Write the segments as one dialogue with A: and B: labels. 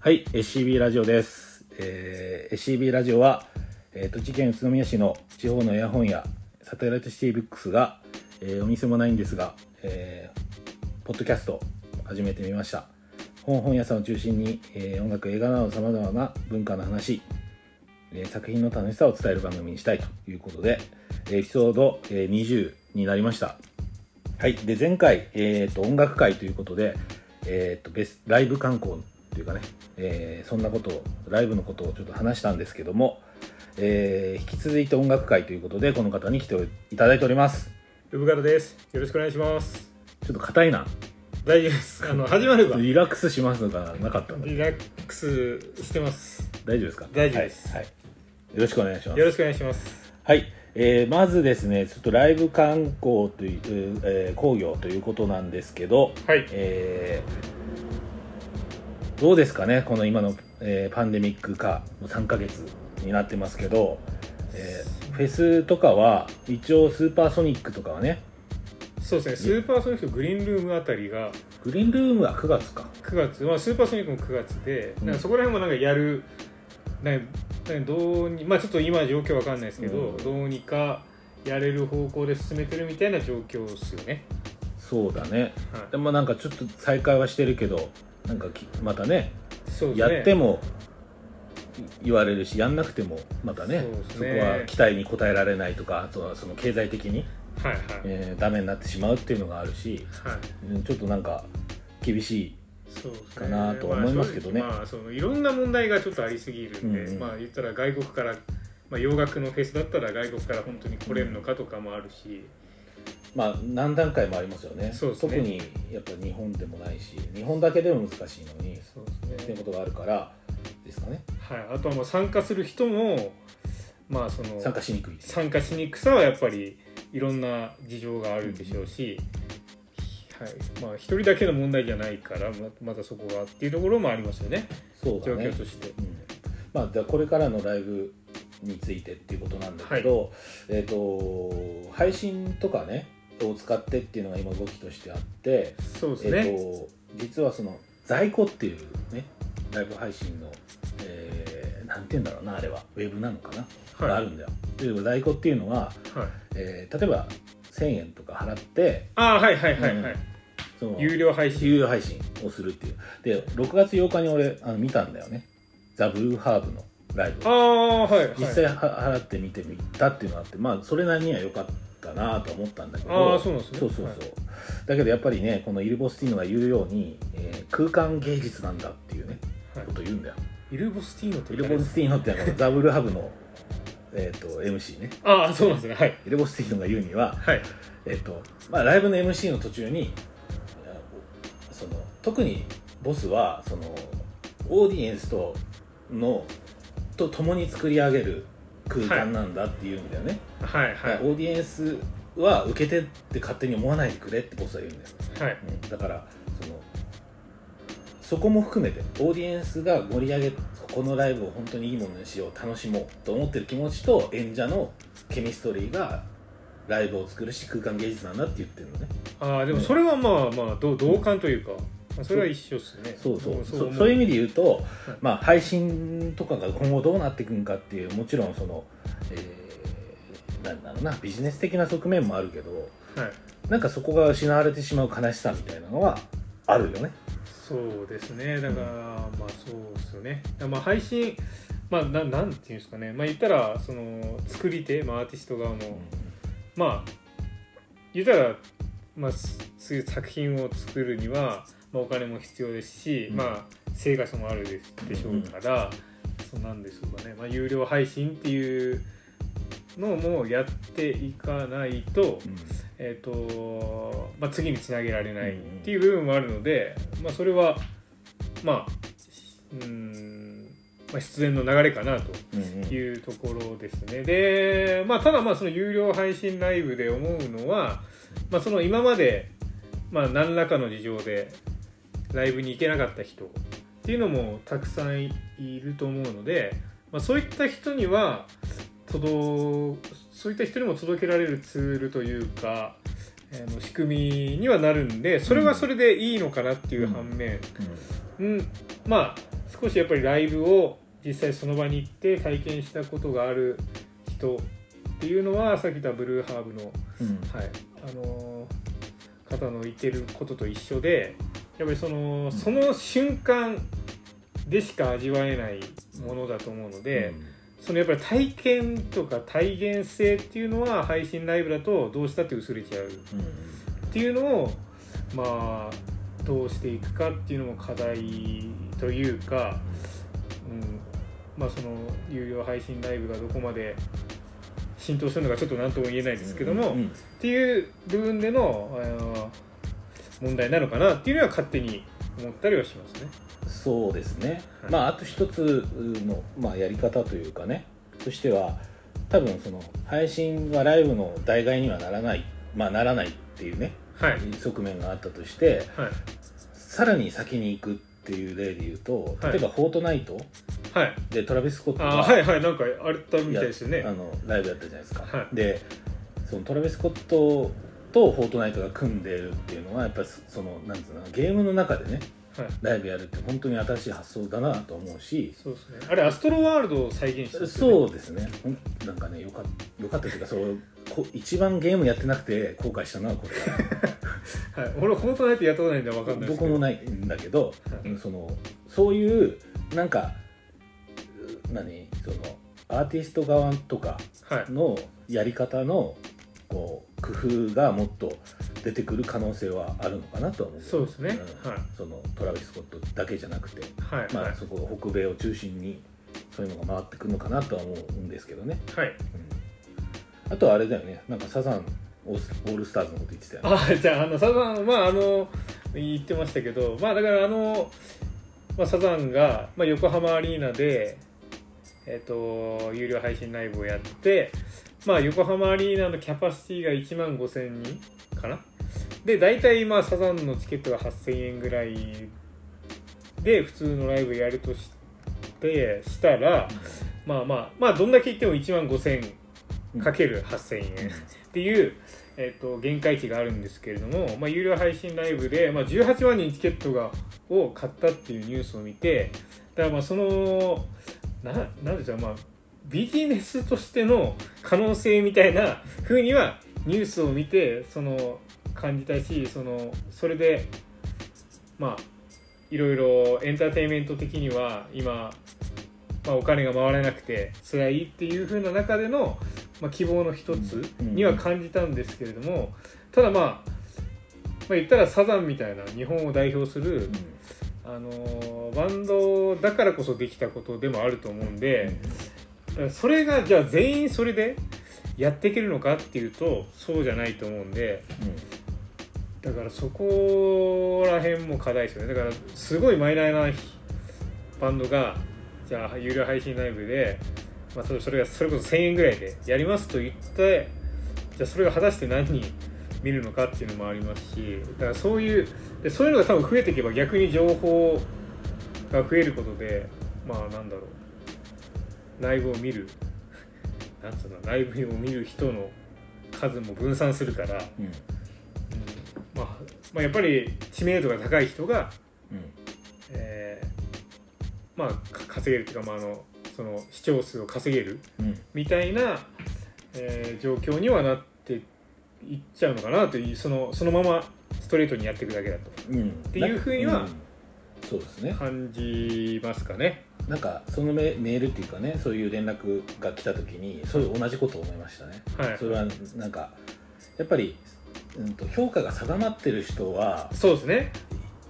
A: はい、SCB ラジオです。えー SCB ラジオは、えー栃木県宇都宮市の地方のエア本屋、サテライトシティブックスが、えーお店もないんですが、えーポッドキャストを始めてみました。本本屋さんを中心に、えー音楽、映画など様々な文化の話、えー作品の楽しさを伝える番組にしたいということで、えーエピソード、えー20になりました。はい、で前回、えー、と音楽会ということで、えー、とベスライブ観光というかね、えーそんなことをライブのことをちょっと話したんですけども、えー引き続いて音楽会ということでこの方に来ていただいております
B: ウブガラです。よろしくお願いします。
A: ちょっと硬いな
B: 大丈夫で す。あの始まればリ
A: リラックスしますのがなかったんで
B: ラックスしてます。
A: 大丈夫ですか
B: 大丈夫です
A: はいはいよろしくお願いします
B: よろしくお願いします。
A: はい、えーまずですねちょっとライブ観光という、えー工業ということなんですけど、
B: はい。
A: えーどうですかね、この今の、えーパンデミック化、もう3ヶ月になってますけど、えーフェスとかは、一応、スーパーソニックとかはね、
B: そうですね。スーパーソニックとグリーンルームあたりが
A: グリーンルームは9月か、
B: 9月、まあスーパーソニックも9月で、
A: うん
B: なんかそこら辺もなんかやる、なんかなんかどうにまあちょっと今状況わかんないですけど、
A: うん
B: どうにかやれる方向で進めてるみたいな状況ですよね。
A: そうだね、
B: はい
A: でもなんかちょっと再開はしてるけど、なんかきまたね、
B: そうですね。
A: やってもい言われるし、やんなくてもまたね、
B: そ
A: そう
B: ですね
A: こは期待に応えられないとか、あとはその経済的に、
B: はいはい
A: えーダメになってしまうっていうのがあるし。
B: はい。
A: うんちょっとなんか厳しい、
B: そうですね
A: かなとは思いますけどね
B: まあ正直まあ、そのいろんな問題がちょっとありすぎるんで、
A: うんうん
B: まあ言ったら外国から、まあ、洋楽のフェスだったら外国から本当に来れるのかとかもあるし、
A: まあ、何段階もありますよね
B: そうですね
A: 特にやっぱ日本でもないし日本だけでも難しいのにっ
B: そうで
A: ていうことがあるからですかね
B: はい、あとはもう参加する人もまあその
A: 参加しにくい
B: 参加しにくさはやっぱりいろんな事情があるでしょうし、はいまあ、一人だけの問題じゃないからままたそこがっていうところもありますよね
A: そう
B: 状
A: だね
B: 況として。
A: うんまあ、じゃあこれからのライブについてっていうことなんだけど、えー、と配信とかねを使ってっていうのが今動きとしてあって、
B: そうです
A: え
B: ね、
A: ー、と実はその在庫っていうねライブ配信の、えーなんて言うんだろうなあれはウェブなのかな、があ
B: はい
A: るんだよ。例えば在庫っていうのは、
B: はい、
A: えー例えば1000円とか払って
B: ああはいはいはいはい、
A: その
B: 有料配信
A: 有料配信をするっていうで6月8日に俺あの見たんだよねザ・ブルーハーブのライブ
B: あ
A: を
B: あはい、はい、
A: 実際は払って見てみたっていうのがあってまあそれなりには良かったなとは思ったんだけど
B: ああそうなんですね
A: そうそうそう、
B: はい
A: だけどやっぱりねこのイルボスティーノが言うように、えー空間芸術なんだっていうね
B: はい
A: こと言うんだよ
B: イルボスティーノと
A: イ
B: いう
A: ル
B: か
A: ボスティーノってのはこのザ・ブルーハーブの、えー、と MC ね
B: ああそうなんですねはい
A: イルボスティーノが言うには
B: はい
A: えっとまあ、ライブの MC の途中にあその特にボスはそのオーディエンスとのと共に作り上げる空間なんだっていうんだよね、
B: はいはい
A: だからオーディエンスは受けてって勝手に思わないでくれってボスは言うんだよ、
B: はい
A: うんだからそのそこも含めてオーディエンスが盛り上げこのライブを本当にいいものにしよう楽しもうと思ってる気持ちと演者のケミストリーがライブを作るし空間芸術なんだって言ってるのね
B: ああでもそれはまあまあどう同感というか、まあ、それは一緒っすね
A: そうそうそ
B: そうう
A: そういう意
B: 味
A: 味で言うと、まあ、配信とかが今後どうなっていくんかっていうもちろんその、えーなんだろうなビジネス的な側面もあるけど
B: はい
A: なんかそこが失われてしまう悲しさみたいなのはあるよね。
B: そうですねだからまあそうっすよねだからまあ配信まあななんていうんですかねまあ言ったらその作り手、まあ、アーティスト側も、まあ言ったら、まあ、すそういう作品を作るには、まあ、お金も必要ですし、
A: うん
B: まあ、生活もあるででしょうから、そうなんでしょうかね、まあ、有料配信っていうのもやっていかないと,、
A: うん
B: えーとまあ、次につなげられないっていう部分もあるので、まあ、それはまあうーん、まあ、必然の流れかなと。
A: うんうんうん
B: いうところですね。で、まあ、ただまあその有料配信ライブで思うのは、まあ、その今まで、まあ、何らかの事情でライブに行けなかった人っていうのもたくさんいると思うので、まあ、そういった人には届そういった人にも届けられるツールというか、えーの仕組みにはなるんでそれはそれでいいのかなっていう反面、うん、まあ少しやっぱりライブを実際その場に行って体験したことがある人っていうのはさっき言ったブルーハーブの
A: うん
B: はいあのー方の言ってることと一緒でやっぱりそのその瞬間でしか味わえないものだと思うので、そのやっぱり体験とか体現性っていうのは配信ライブだとどうしたって薄れちゃうっ
A: うん
B: ていうのをまあどうしていくかっていうのも課題というか、うんまあ、その有料配信ライブがどこまで浸透するのかちょっと何とも言えないですけども、
A: うんうん
B: っていう部分でのあの問題なのかなっていうのは勝手に思ったりはしますね。
A: そうですね、
B: はい
A: まああと一つの、まあ、やり方というかねとしては多分その配信がライブの代替にはならないまあならないっていうね
B: はい、
A: 側面があったとして
B: はい、
A: さらに先に行くっていう例で言うと例えば「フォートナイト
B: はい、」
A: でトラビス・スコット
B: あ
A: が
B: ーはいはいなんかあれたみたいですよね
A: やあ。のライブやったじゃないですか、
B: はい
A: でそのトラビス・スコットとフォートナイトが組んでるっていうのはやっぱりそそのなんつうのゲームの中でね
B: はい
A: ライブやるって本当に新しい発想だなと思うし
B: そうですね。あれアストロワールドを再現したんですよね
A: そうですねほんなんかねよかよかったというかそうこ一番ゲームやってなくて後悔したのはこれ
B: はい、俺フォートナイトやったことないんでわかんないです
A: 僕
B: けど。
A: もないんだけど、
B: はい
A: うんそのそういうなんかう何そのアーティスト側とか
B: はい。
A: のやり方のこう工夫がもっと出てくる可能性はあるのかなとは思う
B: そうですね
A: ん
B: はい
A: そのトラビス・スコットだけじゃなくて、
B: はい、
A: ま
B: は
A: あ、そこ北米を中心にそういうのが回ってくるのかなとは思うんですけどね、
B: い、はい。
A: うんあとはあれだよねなんかサザンオースオールスターズのこと言ってたよね
B: あじゃああのサザンまああの言ってましたけどまあだからあの、まあ、サザンが、まあ、横浜アリーナでえっ、と有料配信ライブをやってまあ横浜アリーナのキャパシティが1万5000人かなで大体まあサザンのチケットが8000円ぐらいで普通のライブやるとしてしたらまあまあまあどんだけ行っても1万5000かける8000円っていう、えっと限界値があるんですけれども、まあ、有料配信ライブで、まあ、18万人チケットがを買ったっていうニュースを見てだからまあそのななんでしょうまあビジネスとしての可能性みたいな風にはニュースを見てその感じたしそのそれでまあいろいろエンターテインメント的には今、まあ、お金が回らなくて辛いっていう風な中での、まあ、希望の一つには感じたんですけれどもただまあまあ言ったらサザンみたいな日本を代表する
A: うん
B: あのーバンドだからこそできたことでもあると思うんで、だからそれがじゃあ全員それでやっていけるのかっていうとそうじゃないと思うんでだからそこら辺も課題ですよねだからすごいマイナーなバンドがじゃあ有料配信ライブで、まあ、それそれがそれこそ1000円ぐらいでやりますと言ってじゃあそれが果たして何人見るのかっていうのもありますしだからそういうでそういうのが多分増えていけば逆に情報が増えることでまあなんだろうライブを見るなんつうのライブを見る人の数も分散するから。
A: うんうん
B: まあ、まあやっぱり知名度が高い人が、
A: うん
B: えーまあか稼げるっていうか、まあ、あのその視聴数を稼げる
A: うん
B: みたいな、えー状況にはなっていっちゃうのかなというそのそのままストレートにやっていくだけだと
A: うん
B: ていうふうには
A: んそうですね
B: 感じますかね。
A: なんかそのメメールっていうかねそういう連絡が来た時にそれ同じことを思いましたね
B: はい、
A: それはなんかやっぱり、うん、と評価が定まってる人は
B: そうですね、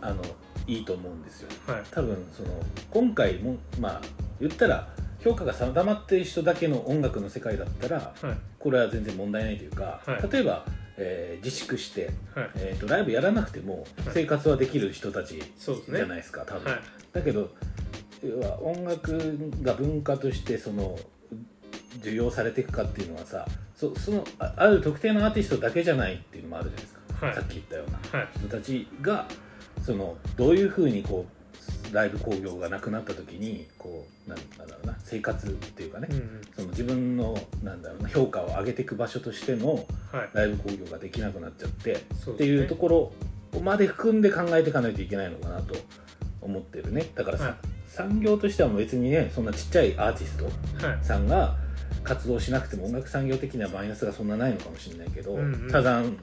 A: あのいいと思うんですよ
B: はい
A: 多分その今回もまあ言ったら評価が定まってる人だけの音楽の世界だったら
B: はい
A: これは全然問題ないというか、
B: はい
A: 例えば、えー自粛して、
B: はい、
A: えー、とライブやらなくても
B: はい
A: 生活はできる人たち
B: そうです
A: じ
B: ね。
A: ゃないですか、多分、
B: はい
A: だけど要は音楽が文化としてその受容されていくかっていうのはさそそのあある特定のアーティストだけじゃないっていうのもあるじゃないですか、
B: はい
A: さっき言ったような
B: はい
A: 人たちがそのどういうふうにこうライブ興行がなくなった時にこうなんなんだろうな生活っていうかね、
B: うんうん
A: その自分のなんだろうな評価を上げていく場所としての
B: はい
A: ライブ興行ができなくなっちゃってっ
B: そうですね
A: ていうところまで含んで考えていかないといけないのかなと思ってるねだからさ、
B: はい
A: 産業としてはもう別にねそんなちっちゃいアーティスト
B: はい
A: さんが活動しなくても音楽産業的なマイナスがそんなないのかもしれないけど、
B: うんうん
A: サザン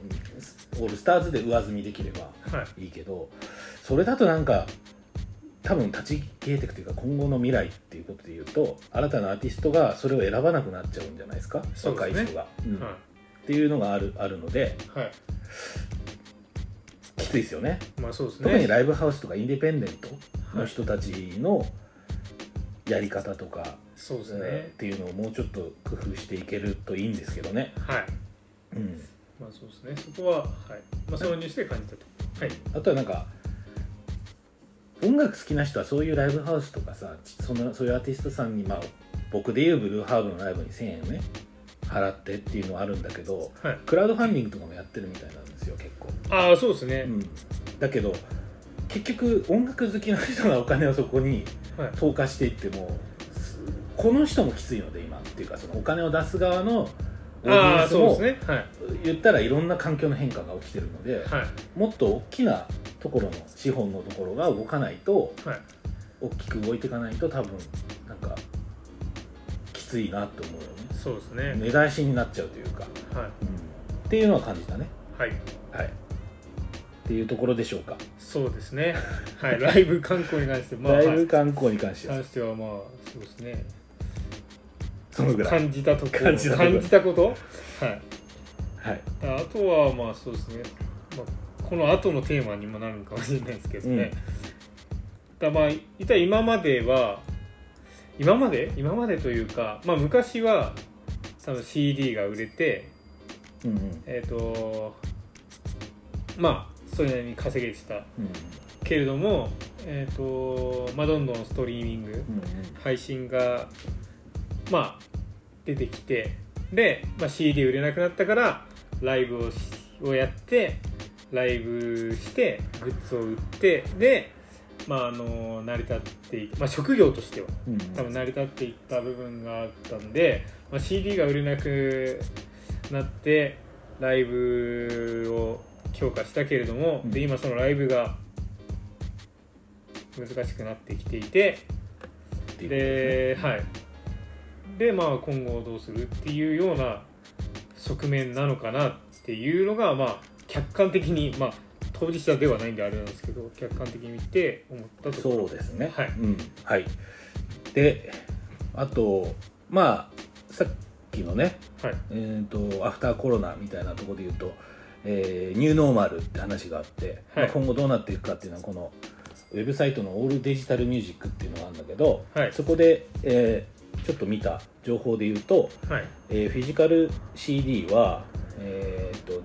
A: オールスターズで上積みできれば
B: はい
A: いけどそれだとなんか多分立ち消えていくというか今後の未来っていうことで言うと新たなアーティストがそれを選ばなくなっちゃうんじゃないですか
B: そうですね
A: 若い人が、うん
B: は
A: っていうのがあるあるので
B: いはい
A: きついですよね
B: まあそうですね
A: 特にライブハウスとかインディペンデントの人たちのやり方とか、
B: そうです
A: えーっ
B: ね
A: ていうのをもうちょっと工夫していけるといいんですけどね、
B: はい
A: うん、
B: まあそうですねそこははいまあそのニュースで感じたとはい
A: あとはなんか音楽好きな人はそういうライブハウスとかさちそのそういうアーティストさんに、まあ、僕でいうブルーハーブのライブに1000円をね払ってっていうのはあるんだけど
B: はい
A: クラウドファンディングとかもやってるみたいなんですよ結構、
B: ああそうですね
A: うん、だけど結局音楽好きな人がお金をそこに
B: はい
A: 投下していってもこの人もきついので今っていうかそのお金を出す側のオーディ
B: あ
A: エン
B: あ
A: ス
B: そう
A: も
B: ですねはい
A: 言ったらいろんな環境の変化が起きてるので、
B: はい
A: もっと大きなところの資本のところが動かないと
B: はい
A: 大きく動いていかないと多分なんかきついなと思うよ
B: そうです
A: ね
B: ね
A: 根返しになっちゃうというか、
B: は
A: っていうのは感じたね
B: いはい
A: はいっていうところでしょうか、
B: そうですねはいライブ観光に関してまあ
A: ラ
B: はい
A: イブ観光に関しては
B: 関してはまあそうですね
A: そのぐらい、
B: 感じたとこ
A: 感じたとこ
B: 感じたことはい
A: はい、
B: あとはまあそうですね、まあ、この後のテーマにもなるのかもしれないですけどね、だまあいたら今までは今まで今までというか、まあ、昔は多分 CD が売れて
A: うんうん
B: えっ、とまあそれなりに稼げてた
A: うん
B: けれどもえっ、とまあどんどんストリーミング
A: うん
B: 配信がまあ出てきてで、まあ、CD 売れなくなったからライブをしをやってライブしてグッズを売ってで、まあ、あの成り立っていまあ、職業としては
A: うんうん
B: 多分成り立っていった部分があったんで、まあ、CD が売れなくなってライブを強化したけれども、
A: うん
B: で今そのライブが難しくなってきていて
A: っていうこと
B: で
A: ですね
B: はいでまあ今後どうするっていうような側面なのかなっていうのがまあ客観的にまあ当事者ではないんであれなんですけど客観的に見て思ったとこ
A: そうですね。
B: はい
A: うん、はい。で、あと、まあ、さっきのね、
B: ろはい
A: えっ、と、アフターコロナみたいなところで言うと、えーニューノーマルって話があって、ま
B: はい
A: あ今後どうなっていくかっていうのは、この、ウェブサイトのオールデジタルミュージックっていうのがあるんだけど、
B: はい
A: そこで、えーちょっと見た情報で言うと、
B: はい
A: えーフィジカル CD は、えーっと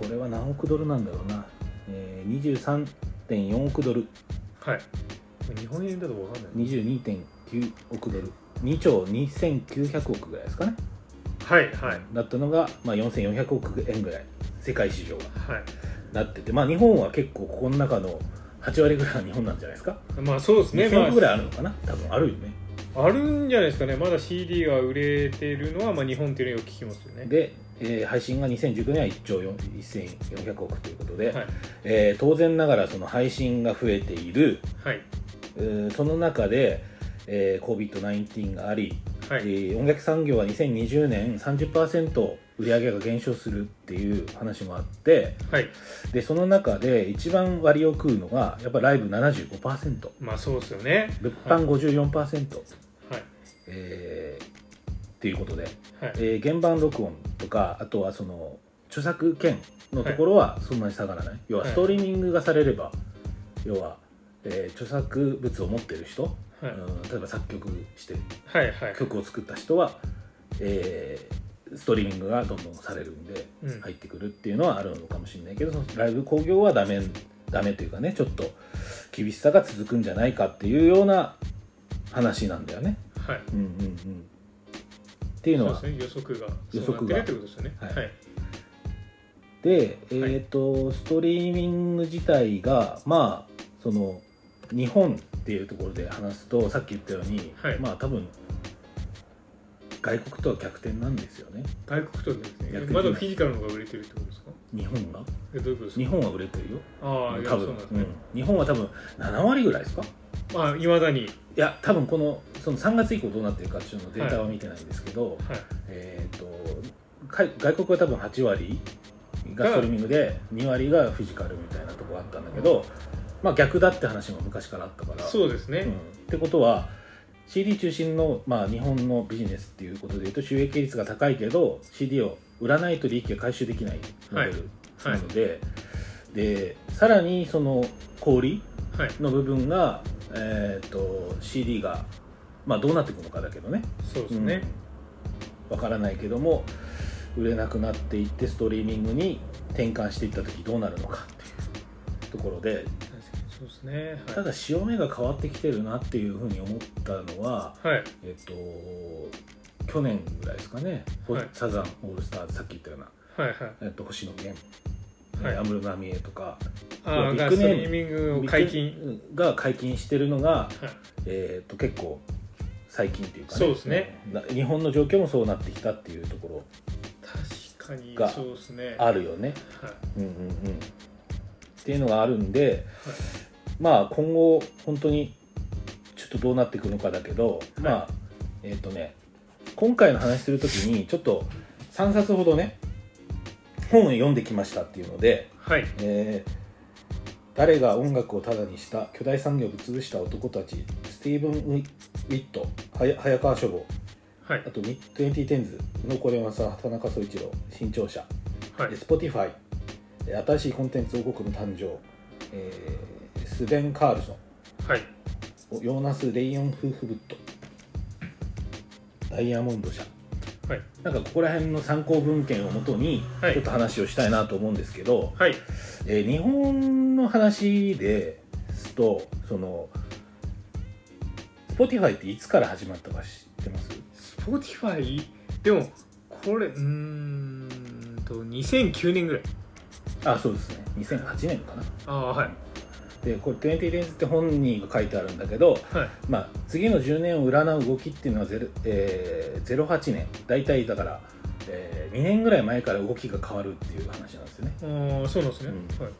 A: これは何億ドルなんだろうな、えー、23.4億ドル
B: はい日本円だとわかんない
A: 22.9億ドル2兆2900億ぐらいですかね、
B: はいはい
A: だったのが、まあ、4400億円ぐらい世界市場が
B: はい
A: なっててまあ日本は結構ここの中の8割ぐらいは日本なんじゃないですか、
B: まあそうですね
A: 2000億ぐ
B: ま
A: らいあるのかな多分あるよね
B: ああるんじゃないですかねまだ CD が売れてるのはまあ日本っていうのはよく聞きますよね
A: で、えー配信が2019年は1兆4 1400億ということで、
B: はい
A: えー当然ながらその配信が増えている
B: はい
A: えーその中で、えー、COVID-19 があり、
B: はい、
A: えー音楽産業は2020年30%売り上げが減少するっていう話もあって
B: はい
A: でその中で一番割を食うのがやっぱライブ75%
B: まあそうですよね
A: 物販54%、
B: はい
A: えーっていうことで、
B: はい
A: えー原盤録音とかあとはその著作権のところはそんなに下がらない、要は
B: はい
A: ストリーミングがされれば、要は、えー著作物を持ってる人
B: はい
A: うん例えば作曲して
B: はいはい
A: 曲を作った人は、えーストリーミングがどんどんされるんで
B: うん
A: 入ってくるっていうのはあるのかもしれないけどそのライブ興行はダメダメというかねちょっと厳しさが続くんじゃないかっていうような話なんだよね。
B: はい
A: うんうんうん、っていう
B: そ
A: の
B: うで
A: は
B: すね予測が
A: 予測
B: そうな
A: が
B: ってるってことですよね
A: はい
B: はい
A: で、え
B: はい
A: ー、とストリーミング自体がまあその日本っていうところで話すとさっき言ったように、
B: はい
A: まあ多分外国とは逆転なんですよね
B: 外国とですね
A: 逆に
B: まだフィジカルの方が売れてるってことですか
A: 日本が
B: えどういうことです
A: 日
B: か
A: 本は売れてるよ
B: ああい
A: 多
B: やそう
A: 分
B: なんです
A: う
B: ね
A: ん、日本は多分7割ぐらいですか
B: まあいまだに、
A: いや多分このその3月以降どうなってるかっていうのデータは見てないんですけど、
B: はい、
A: えー、とか外国は多分8割がストリーミングで2割がフィジカルみたいなとこがあったんだけど、まあ、逆だって話も昔からあったから
B: そうですね、
A: うんってことは CD 中心の、まあ、日本のビジネスっていうことでいうと収益率が高いけど CD を売らないと利益が回収できないモデル
B: は
A: ないので,、でさらにその小売り
B: はい
A: の部分が、えー、と CD が、まあ、どうなっていくのかだけどね
B: そうですね、
A: うん、わからないけども売れなくなっていってストリーミングに転換していった時どうなるのかっていうところで
B: 確かにそうですね
A: ただ潮目が変わってきてるなっていうふうに思ったのは
B: はい、はい、
A: えっと去年ぐらいですかね、ほ
B: はい
A: サザンオールスターズさっき言ったような、
B: はいはい
A: えっと、星野源、
B: はい
A: えー安室奈美恵とか
B: ああ
A: ビッ
B: が
A: グ
B: ス
A: ネ
B: ト
A: ーム
B: リーミングを解禁、
A: が解禁してるのが、
B: はい、
A: えっと結構最近っていうか
B: そうですね
A: うんな日本の状況もそうなってきたっていうところ
B: 確かに
A: が
B: そうですね
A: あるよね。
B: はい
A: うんうんうん、っていうのがあるんで、まあ今後本当にちょっとどうなっていくのかだけど、
B: い
A: まあえっ、とね今回の話する時にちょっと3冊ほどね本を読んできましたっていうので、
B: はい
A: えー誰が音楽をタダにした巨大産業をぶっ潰した男たちスティーブン・ウィウィットはや早川書房
B: はい
A: あとミ2010ズのこれはさ田中総一郎新潮社
B: はい
A: で Spotify えー新しいコンテンツ王国の誕生、えースベン・カールソ
B: はい
A: ンヨーナス・レイオン・フーフブットダイヤモンド社
B: はい
A: なんかここら辺の参考文献をもとに
B: はい
A: ちょっと話をしたいなと思うんですけど、
B: はい
A: えー日本の話ですとその Spotify っていつから始まったか知ってます
B: Spotify でもこれうーんと2009年ぐらい
A: あそうですね2008年かな
B: ああはい
A: でこれ20 days って本に書いてあるんだけど、
B: はい
A: まあ、次の10年を占う動きっていうのはゼロ、えー、08年大体だから、え2年ぐらい前から動きが変わるっていう話なんですよね、
B: ああそうなんですね、
A: うん
B: はい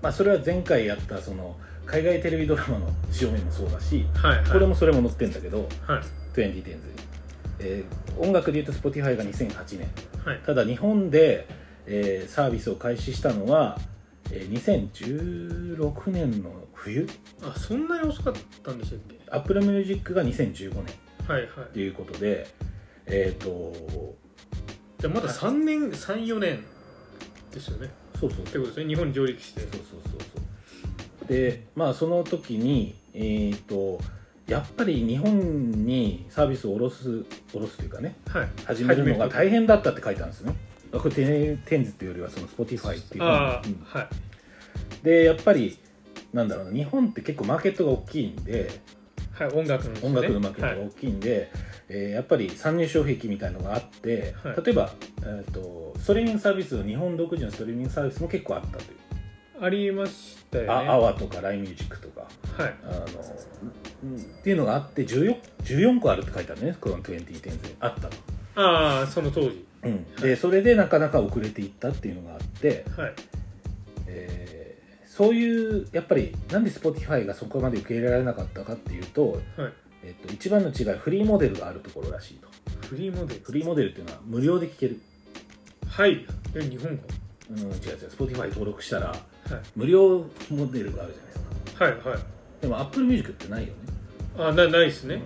A: まあ、それは前回やったその海外テレビドラマの潮目もそうだし
B: はいはい
A: これもそれも載ってんだけど
B: はい
A: 20 days に、えー音楽でいうと Spotify が2008年
B: はい
A: ただ日本で、えーサービスを開始したのは、えー2016年の冬
B: あそんなに遅かったんでしたっけ
A: Apple Music が2015年
B: はいはい
A: っていうことでえっ、と
B: じゃあまだ3年34年ですよね
A: そうそう
B: っ
A: そ
B: て
A: う
B: ことですね日本に上陸して
A: そうそうそうそうでまあその時にえっ、とやっぱり日本にサービスを下ろす下ろすというかね
B: はい
A: 始めるのが大変だったって書いてあるんですねこれテテンズっていうよりはその Spotify っていう
B: ああ、
A: うん
B: はい
A: でやっぱりなんだろうな日本って結構マーケットが大きいんで
B: はい音楽のですね
A: 音楽のマーケッ
B: はい
A: トが大きいんで、えーやっぱり参入障壁みたいのがあって、
B: はい
A: 例えば、えー、とストリーミングサービスの日本独自のストリーミングサービスも結構あったという、
B: ありましたよね
A: あアワとか LINE ミュージックとか
B: はい
A: あの、うんっていうのがあって 14, 14個あるって書いてあるねこの2010であったの、
B: ああその当時
A: うん、でそれでなかなか遅れていったっていうのがあって、
B: はい
A: えーそういうやっぱりなんで Spotify がそこまで受け入れられなかったかっていうと,、
B: はい
A: えっと一番の違いフリーモデルがあるところらしいと。
B: フリーモデル
A: フリーモデルっていうのは無料で聴ける、
B: はいえ日本
A: うん、違う違う Spotify 登録したら
B: か
A: 無料モデルがあるじゃないですか
B: はいはいはい
A: でも Apple Music ってないよね、
B: あなないですね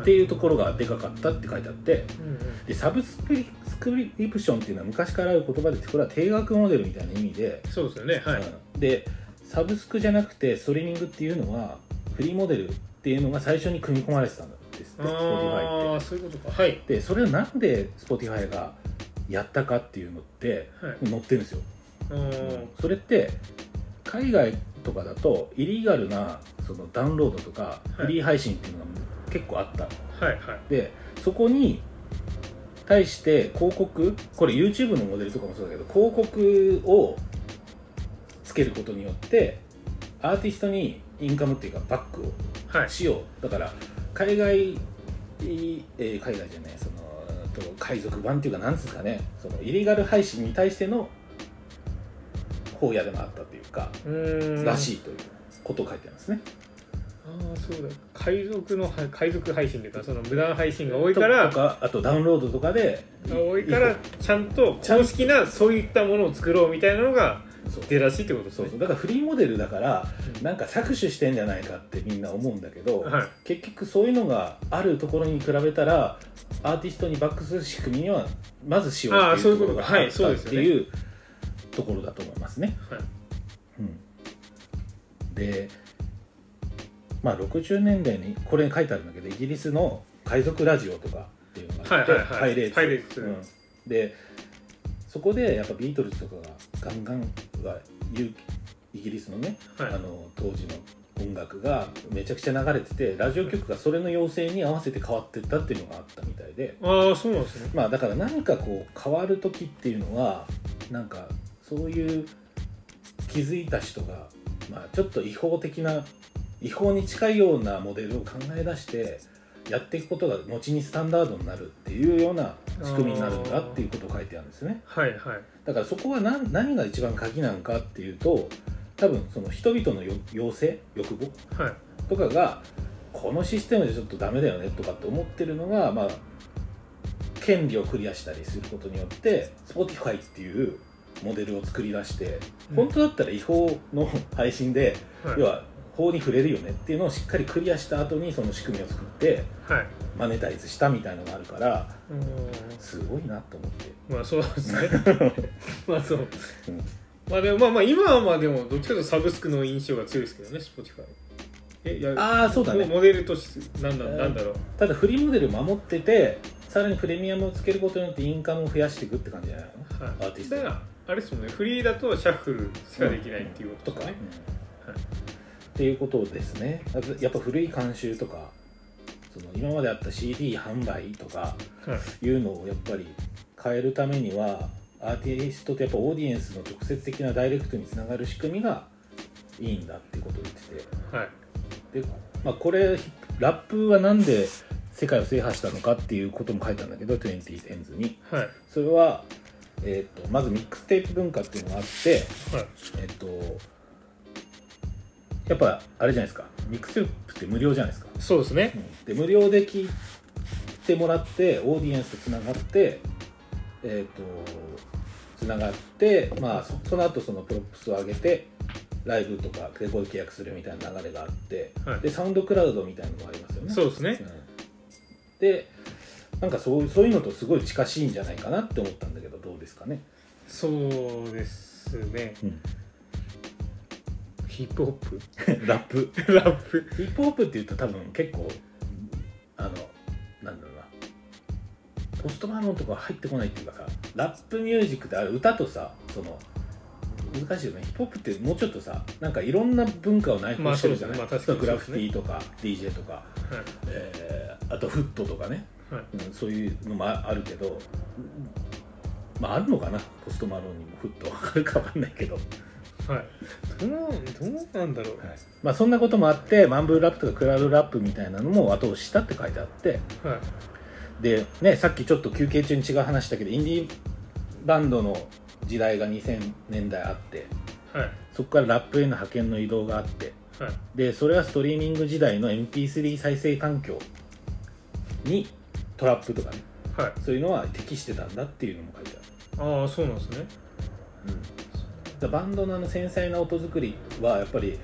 A: っていうところがでかかったって書いてあって
B: うんうん
A: でサブスクリスクリプションっていうのは昔からある言葉でこれは定額モデルみたいな意味で、
B: そうですよねはい
A: うんでサブスクじゃなくてストリーミングっていうのはフリーモデルっていうのが最初に組み込まれてたんですって Spotify って
B: ああそういうことかはい
A: でそれをなんで Spotify がやったかっていうのって
B: はい
A: 載ってるんですよ
B: あー
A: それって海外とかだとイリーガルなそのダウンロードとか
B: はい
A: フリー配信っていうのが結構あった、
B: はいはい
A: でそこに対して広告これ YouTube のモデルとかもそうだけど広告をつけることによってアーティストにインカムっていうかバックを
B: はい
A: しようだから海外、えー海外じゃないそのえーと海賊版っていうかなんつうんですかねそのイリガル配信に対しての荒野でもあったというか、
B: うーん
A: らしいということを書いてあるんですね
B: あああそうだ海賊のは海賊配信というかその無断配信が多いから
A: とかあとダウンロードとかで
B: 多いからちゃんと公式なそういったものを作ろうみたいなのが
A: そう
B: 出だしってことです
A: そう
B: ね
A: そうだからフリーモデルだから
B: うん
A: なんか搾取してんじゃないかってみんな思うんだけど、
B: はい
A: 結局そういうのがあるところに比べたらアーティストにバックする仕組みにはまずしよう
B: あ
A: っ
B: あ
A: て
B: そう
A: い
B: いうう
A: と
B: こ
A: ことろ
B: か
A: があ
B: は
A: っ
B: い
A: た
B: そう
A: っ
B: です
A: て
B: よね
A: いうところだと思いますね。
B: はい
A: うん、でまあ60年代にこれに書いてあるんだけどイギリスの海賊ラジオとかっていうのがあって、
B: はいはいはい
A: パイレーツ
B: パイレーツ
A: うん、でそこでやっぱビートルズとかがガンガンはイギリスのね
B: はい
A: あの当時の音楽がめちゃくちゃ流れててラジオ局がそれの要請に合わせて変わってったっていうのがあったみたいで
B: ああそうなんですね
A: まあだから何かこう変わる時っていうのはなんかそういう気づいた人が、まあ、ちょっと違法的な違法に近いようなモデルを考え出してやっていくことが後にスタンダードになるっていうような仕組みになるんだっていうことを書いてあるんですね。
B: はいはい
A: だからそこは何何が一番鍵なのかっていうと多分その人々のよ要請欲望
B: はい
A: とかがこのシステムでちょっとダメだよねとかって思ってるのがまあ権利をクリアしたりすることによって Spotify っていうモデルを作り出して
B: うん
A: 本当だったら違法の配信で
B: はい
A: 要は法に触れるよねっていうのをしっかりクリアした後にその仕組みを作って
B: はい
A: マネタイズしたみたいなのがあるから
B: うーん
A: すごいなと思って。
B: まあそうです ねまあそう、
A: うん
B: まあでもまあまあ今はまあでもどっちかというとサブスクの印象が強いですけどね Spotify えいや
A: ああそうだね
B: モモデルとしてなんだなんだろう
A: ただフリーモデル守っててさらにプレミアムをつけることによってインカムを増やしていくって感じじゃないの
B: はい
A: アーティスト
B: だからあれですもんねフリーだとシャッフルしかできないっていうこと
A: とか、
B: です
A: ね
B: ね、
A: うん
B: はい
A: っていうことですねあとやっぱ古い慣習とかその今まであった CD 販売とか
B: はい
A: いうのをやっぱり変えるためにはアーティストとやっぱオーディエンスの直接的なダイレクトにつながる仕組みがいいんだっていうことを言って
B: はい
A: てで、まあ、これラップはなんで世界を制覇したのかっていうことも書いたんだけど20 t e n s に。
B: はい
A: それは、えー、とまずミックステープ文化っていうのがあって、
B: はい
A: えっとやっぱあれじゃないですかミックステープって無料じゃないですか、
B: そうですね
A: で無料で聞いてもらってオーディエンスとつながってえっ、とつながってまあそその後そのプロップスを上げてライブとかレコード契約するみたいな流れがあって、
B: はい
A: でサウンドクラウドみたいなのがありますよね
B: そうですね
A: でなんかそうそういうのとすごい近しいんじゃないかなって思ったんだけどどうですかね、
B: そうですねヒップ ホッ
A: ラップ
B: プラップ
A: ヒップホップっていうと多分結構あのなんだろうなポストマローンとかは入ってこないっていうかさラップミュージックってあれ歌とさその難しいよねヒップホップってもうちょっとさなんかいろんな文化を内包してるじゃない、
B: まあそうですねまあ確
A: グ
B: か
A: ラ
B: に
A: フ
B: そ
A: ィテ
B: うです
A: ィとか DJ とか、
B: はい
A: えーあとフットとかね
B: はい
A: うんそういうのもああるけど、まあ、あるのかなポストマローンにもふっと分かるか分かんないけど、
B: はいどうどうなんだろう
A: まあ、そんなこともあってマンブルラップとかクラウドラップみたいなのも後押ししたって書いてあって
B: はい
A: で、ね、さっきちょっと休憩中に違う話したけどインディーバンドの時代が2000年代あって
B: はい
A: そこからラップへの派遣の移動があって
B: はい
A: でそれはストリーミング時代の MP3 再生環境にトラップとかね
B: はい
A: そういうのは適してたんだっていうのも書いてあ
B: ああそうなんですね
A: る。うんだからバンドのあの繊細な音作りはやっぱり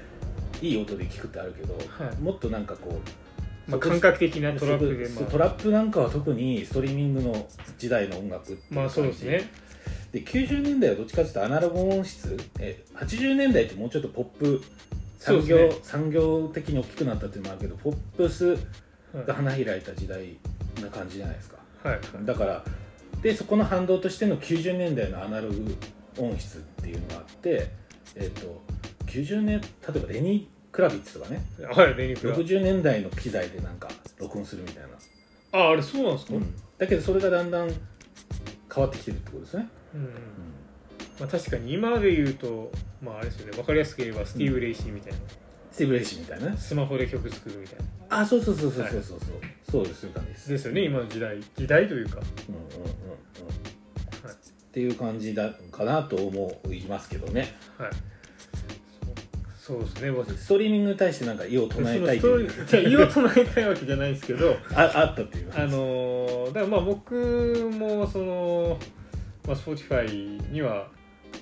A: いい音で聞くってあるけど、
B: はい
A: もっとなんかこう、
B: まあ、
A: そこ
B: 感覚的なトラップで、
A: そう
B: まあ、
A: トラップなんかは特にストリーミングの時代の音楽ってい
B: まあそうですね
A: で90年代はどっちかというとアナログ音質え80年代ってもうちょっとポップ
B: そう
A: 産業,、
B: ですね
A: 産業的に大きくなったっていうのもあるけどポップス
B: はい
A: が花開いた時代な感じじゃないですか
B: はい
A: だからでそこの反動としての90年代のアナログ音質っていうのがあって、えっと90年例えばレニー・クラビッツとかね
B: はいレニフラ
A: 60年代の機材でなんか録音するみたいな、
B: あああれそうなんですか、うん
A: だけどそれがだんだん変わってきてるってことですね、
B: まあ、確かに今で言うとまああれですよねわかりやすく言えばスティーブ・レイシーみたいな、
A: スティーブ・レイシーみたいなね
B: スマホで曲作るみたいな
A: あそうそうそうそうそうそうそう、そうですそういう感じです
B: ですよね今の時代時代というか、はい、
A: うんうんうんうんっていう感じだかなと思いますけどね
B: はい、そうですね僕
A: ストリーミングに対してなんか異を唱えたいと
B: その
A: いう
B: ストーリーじゃあ言おう唱えたいわけじゃないんです けど
A: ああったっていう
B: あのーだからまあ僕もその、まあ、Spotify には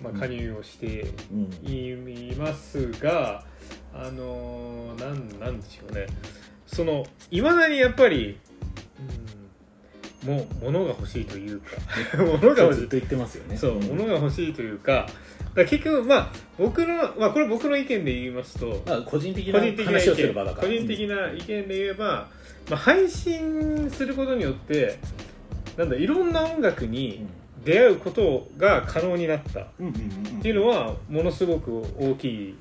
B: まあ加入をして
A: うん
B: いますが、あのーなんなんでしょうねそのいまだにやっぱり、うん、も物が欲しいというか 物が
A: そう
B: 欲し
A: ずっ
B: い
A: と言ってますよね
B: そう、
A: ん
B: 物が欲しいというか、だから結局、まあ、僕の、まあ、これ僕の意見で言いますと、
A: まあ個人的
B: 個
A: な
B: 人的な意
A: 話をする
B: 見、
A: 場だか
B: 個
A: ら
B: 人的な意見で言えば、まあ、配信することによって、なんだ、いろんな音楽に出会うことが可能になったっ
A: うんうんうんうん
B: ていうのは、ものすごく大きい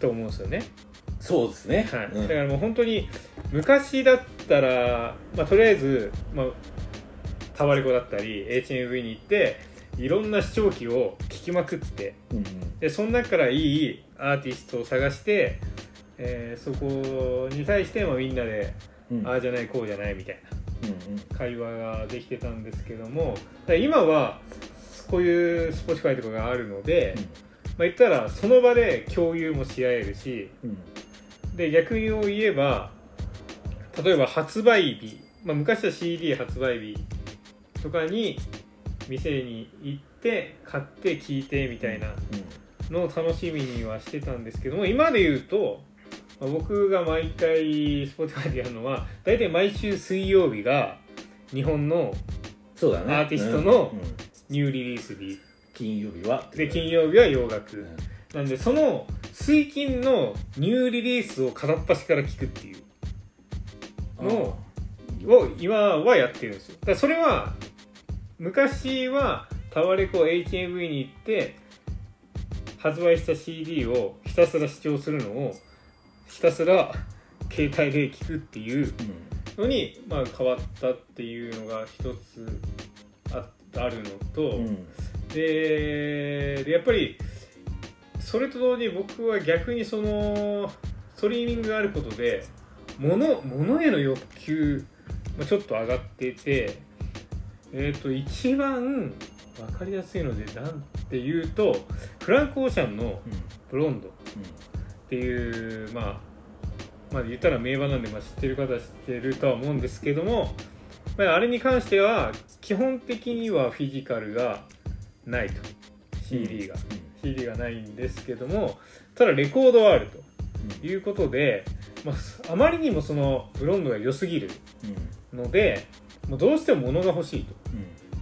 B: と思うんですよね。
A: そうですね
B: はい
A: うん
B: だからもう本当に昔だったら、まあ、とりあえず、まあ、タワレコだったり HMV に行っていろんな視聴器を聴きまくって
A: うんうん
B: でその中からいいアーティストを探して、えーそこに対して、まあ、みんなで、
A: うん
B: ああじゃないこうじゃないみたい
A: うんうん
B: な会話ができてたんですけどもだから今はこういう Spotify とかがあるので、まあ、言ったらその場で共有もし合えるし
A: うん
B: で逆を言えば例えば発売日、まあ、昔は CD 発売日とかに店に行って買って聞いてみたいなのを楽しみにはしてたんですけども今で言うとまあ僕が毎回 Spotify でやるのは大体毎週水曜日が日本の
A: そうだね
B: アーティストの
A: うんうん
B: ニューリリース日
A: 金曜日は
B: で金曜日は洋楽
A: うん
B: なんでその水金のニューリリースを片っ端から聞くっていうのを今はやってるんですよだからそれは昔はタワレコ HMV に行って発売した CD をひたすら視聴するのをひたすら携帯で聞くっていう
A: うん
B: のに、まあ、変わったっていうのが一つああるのと、
A: うん
B: ででやっぱりそれと同時に僕は逆にそのストリーミングがあることで物物への欲求もちょっと上がっててえっ、と一番分かりやすいのでなんていうとフランク・オーシャンの
A: うん
B: 「ブロンド」っていうまあまあ言ったら名場なんで、まあ、知ってる方は知ってるとは思うんですけども、まあ、あれに関しては基本的にはフィジカルがないと CD が、CD がないんですけどもただレコードはあるということで、まあ、すあまりにもそのブロンドが良すぎる
A: うん
B: のでもうどうしても物が欲しい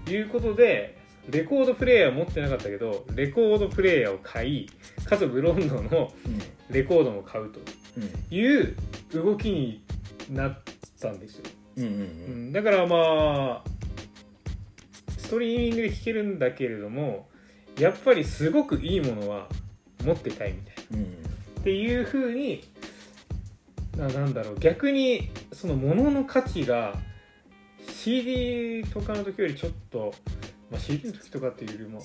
B: ということでレコードプレイヤー持ってなかったけどレコードプレイヤーを買いかつブロンドの
A: うん
B: レコードも買うと
A: うん
B: いう動きになったんですよ、
A: うんうんうん
B: う
A: うん
B: ん、だからまあストリーミングで聴けるんだけれどもやっぱりすごくいいものは持ってたいみたいな
A: うん
B: っていうふうにななんだろう逆にその物の価値が CD とかの時よりちょっと、まあ、CD の時とかっていうよりも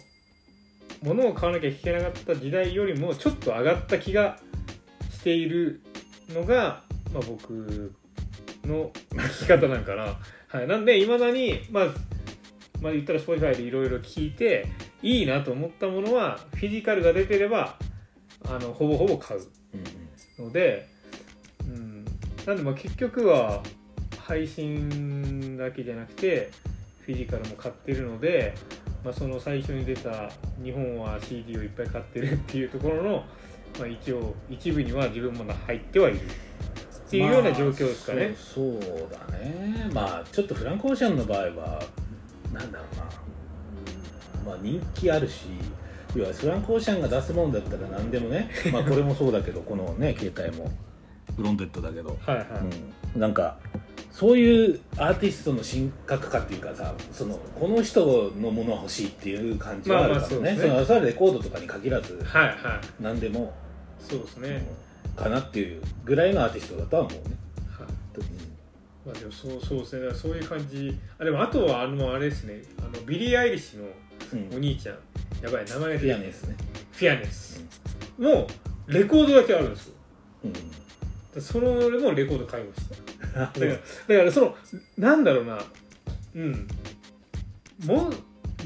B: 物を買わなきゃいけなかった時代よりもちょっと上がった気がしているのが、まあ、僕の聞き方なんかな。はい、なんでいまだに、まあまあ、言ったら Spotify でいろいろ聞いていいなと思ったものはフィジカルが出てればあのほぼほぼ買う
A: うん
B: ので、うん、なんでまあ結局は配信だけじゃなくてフィジカルも買ってるので、まあ、その最初に出た日本は CD をいっぱい買ってるっていうところの、まあ、一応一部には自分も入ってはいるっていうような状況ですかね。
A: まあそうそうだねまあちょっとフランク・オーシャンの場合はなんだろうな、まあ、人気あるし要はフランク・オーシャンが出すもんだったら何でもね、まあ、これもそうだけどこのね携帯もブロンデッドだけど、
B: はいはい、
A: うん、なんかそういうアーティストの神格化っていうかさそのこの人のものは欲しいっていう感じはあるからね,、
B: まあまあそうです
A: そ
B: ね
A: のそれはレコードとかに限らず
B: はいはい
A: 何でも、
B: そうですね、
A: うんかなっていうぐらいのアーティストだとは思うね。
B: はいまあでもそうそうですねだからそういう感じあでもあとはあのあれですねあのビリー・アイリッシュの
A: うん
B: お兄ちゃんやばい名前が出て
A: ピア
B: こない
A: ノですね。
B: フィアネスのレコードだけあるんですよ
A: うん。
B: でその俺もレコード買いましただからだからそのなんだろうなうんもう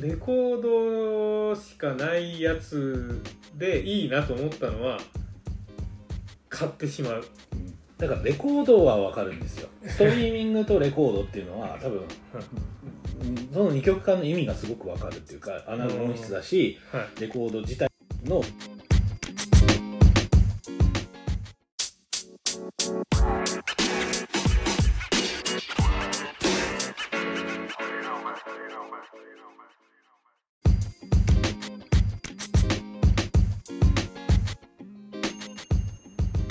B: レコードしかないやつでいいなと思ったのは買ってしまう、
A: だからレコードは分かるんですよストリーミングとレコードっていうのは多分うんその2曲間の意味がすごく分かるっていうかアナログ音質だし
B: はい、
A: レコード自体の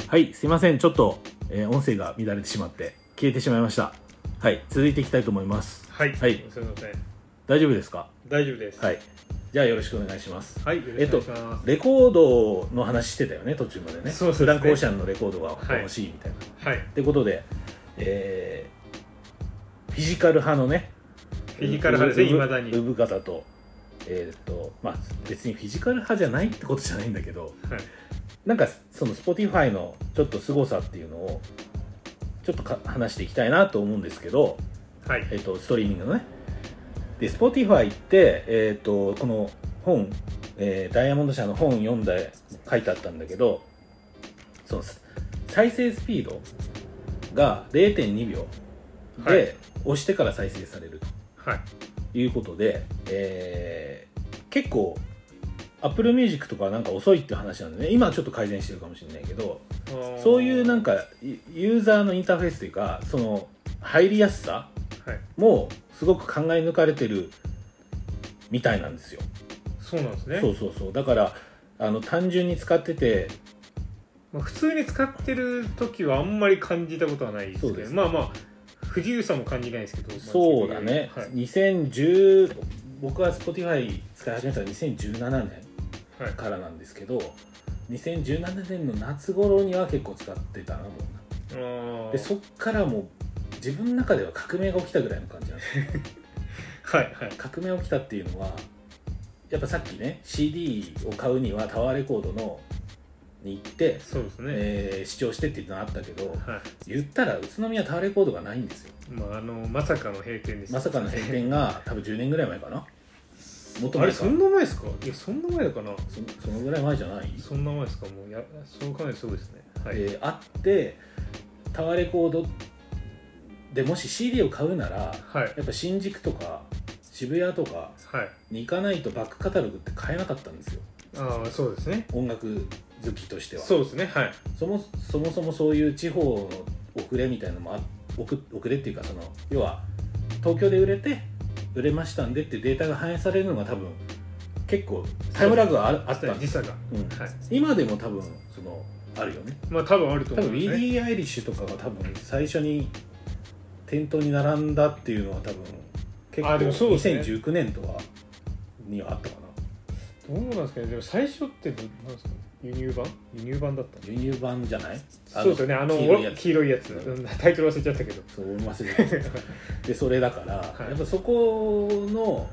A: はいすいませんちょっと、えー音声が乱れてしまって消えてしまいましたはい続いていきたいと思います
B: はい、
A: はい
B: すいません
A: 大丈夫ですか
B: 大丈夫です
A: はいじゃあよろしくお願いします
B: はい、よろしくお願いします、
A: レコードの話してたよね途中までね
B: そうです
A: フ
B: ね
A: ランク・オーシャンのレコードが欲しいみたいな、
B: はい
A: ってことで、えーフィジカル派のね
B: フィジカル派です
A: ウ
B: ね
A: ブ
B: 未だに
A: ウブ方とえーっとまあ別にフィジカル派じゃないってことじゃないんだけど
B: はい
A: なんかその Spotify のちょっと凄さっていうのをちょっとか話していきたいなと思うんですけど、
B: はい
A: えーっとストリーミングのねで Spotify って、えーっとこの本、えーダイヤモンド社の本読んだ書いてあったんだけどその再生スピードが0.2秒で、
B: はい
A: 押してから再生される
B: はい
A: ということで、えー結構 Apple Music とかはなんか遅いって話なんでね今はちょっと改善してるかもしれないけど
B: あー
A: そういうなんかユユーザーのインターフェースというかその入りやすさ
B: はい
A: もすごく考え抜かれてるみたいなんですよ。
B: そうなんですね
A: そうそうそうだからあの単純に使ってて
B: まあ、普通に使ってる時はあんまり感じたことはないですけど
A: そうです
B: まあまあ不自由さも感じないですけど、まあ
A: そうだね、
B: はい、
A: 2010僕は Spotify 使い始めたのは2017
B: はい
A: 年からなんですけど、2017年の夏頃には結構使ってたなもう
B: あ
A: な
B: ー
A: でそっからもう自分の中では革命が起きたぐらいの感じなん ですよ
B: はいはい
A: 革命が起きたっていうのはやっぱさっきね CD を買うにはタワーレコードのに行って、
B: そうですね、
A: えー視聴してっていうのはあったけど
B: はい
A: 言ったら宇都宮タワーレコードがないんですよ
B: まあ、あのまさかの閉店です
A: まさかの閉店 が多分10年ぐらい前かなもっと
B: あ
A: 前
B: れ
A: か
B: そんな前ですかいやそんな前だかな
A: そそのぐらい前じゃない、
B: そんな前ですかもうやそうかなりそうですねはい、
A: であってタワーレコードでもし CD を買うならや
B: はい
A: っぱ新宿とか渋谷とか
B: はい
A: に行かないとバックカタログって買えなかったんですよ
B: ああそうですね
A: 音楽好きとしては
B: そうですねはい
A: そもそもそもそういう地方の遅れみたいなのもあ遅遅れっていうかその要は東京で売れて売れましたんでってデータが反映されるのが多分結構タイムラグがああったんで
B: 時
A: す、
B: 差がは
A: うん、
B: い
A: 今でも多分そのあるよね
B: まあ多分あると
A: 多
B: 思う
A: 分ウ
B: んです
A: ィ
B: ね
A: リー・アイリッシュとかが多分最初に店頭に並んだっていうのは多分結構
B: あでもそうですね
A: 2019年とかにはあったかな
B: どうなんですかねでも最初ってどなんですか輸入版輸入版だった
A: 輸入版じゃないあの
B: そうですよね、あの
A: 黄
B: 黄
A: 色
B: 色
A: い
B: い
A: や
B: や
A: つ
B: つうんタイトル忘れちゃったけど、
A: そう思わせて でそれだから、
B: い
A: やっぱそこの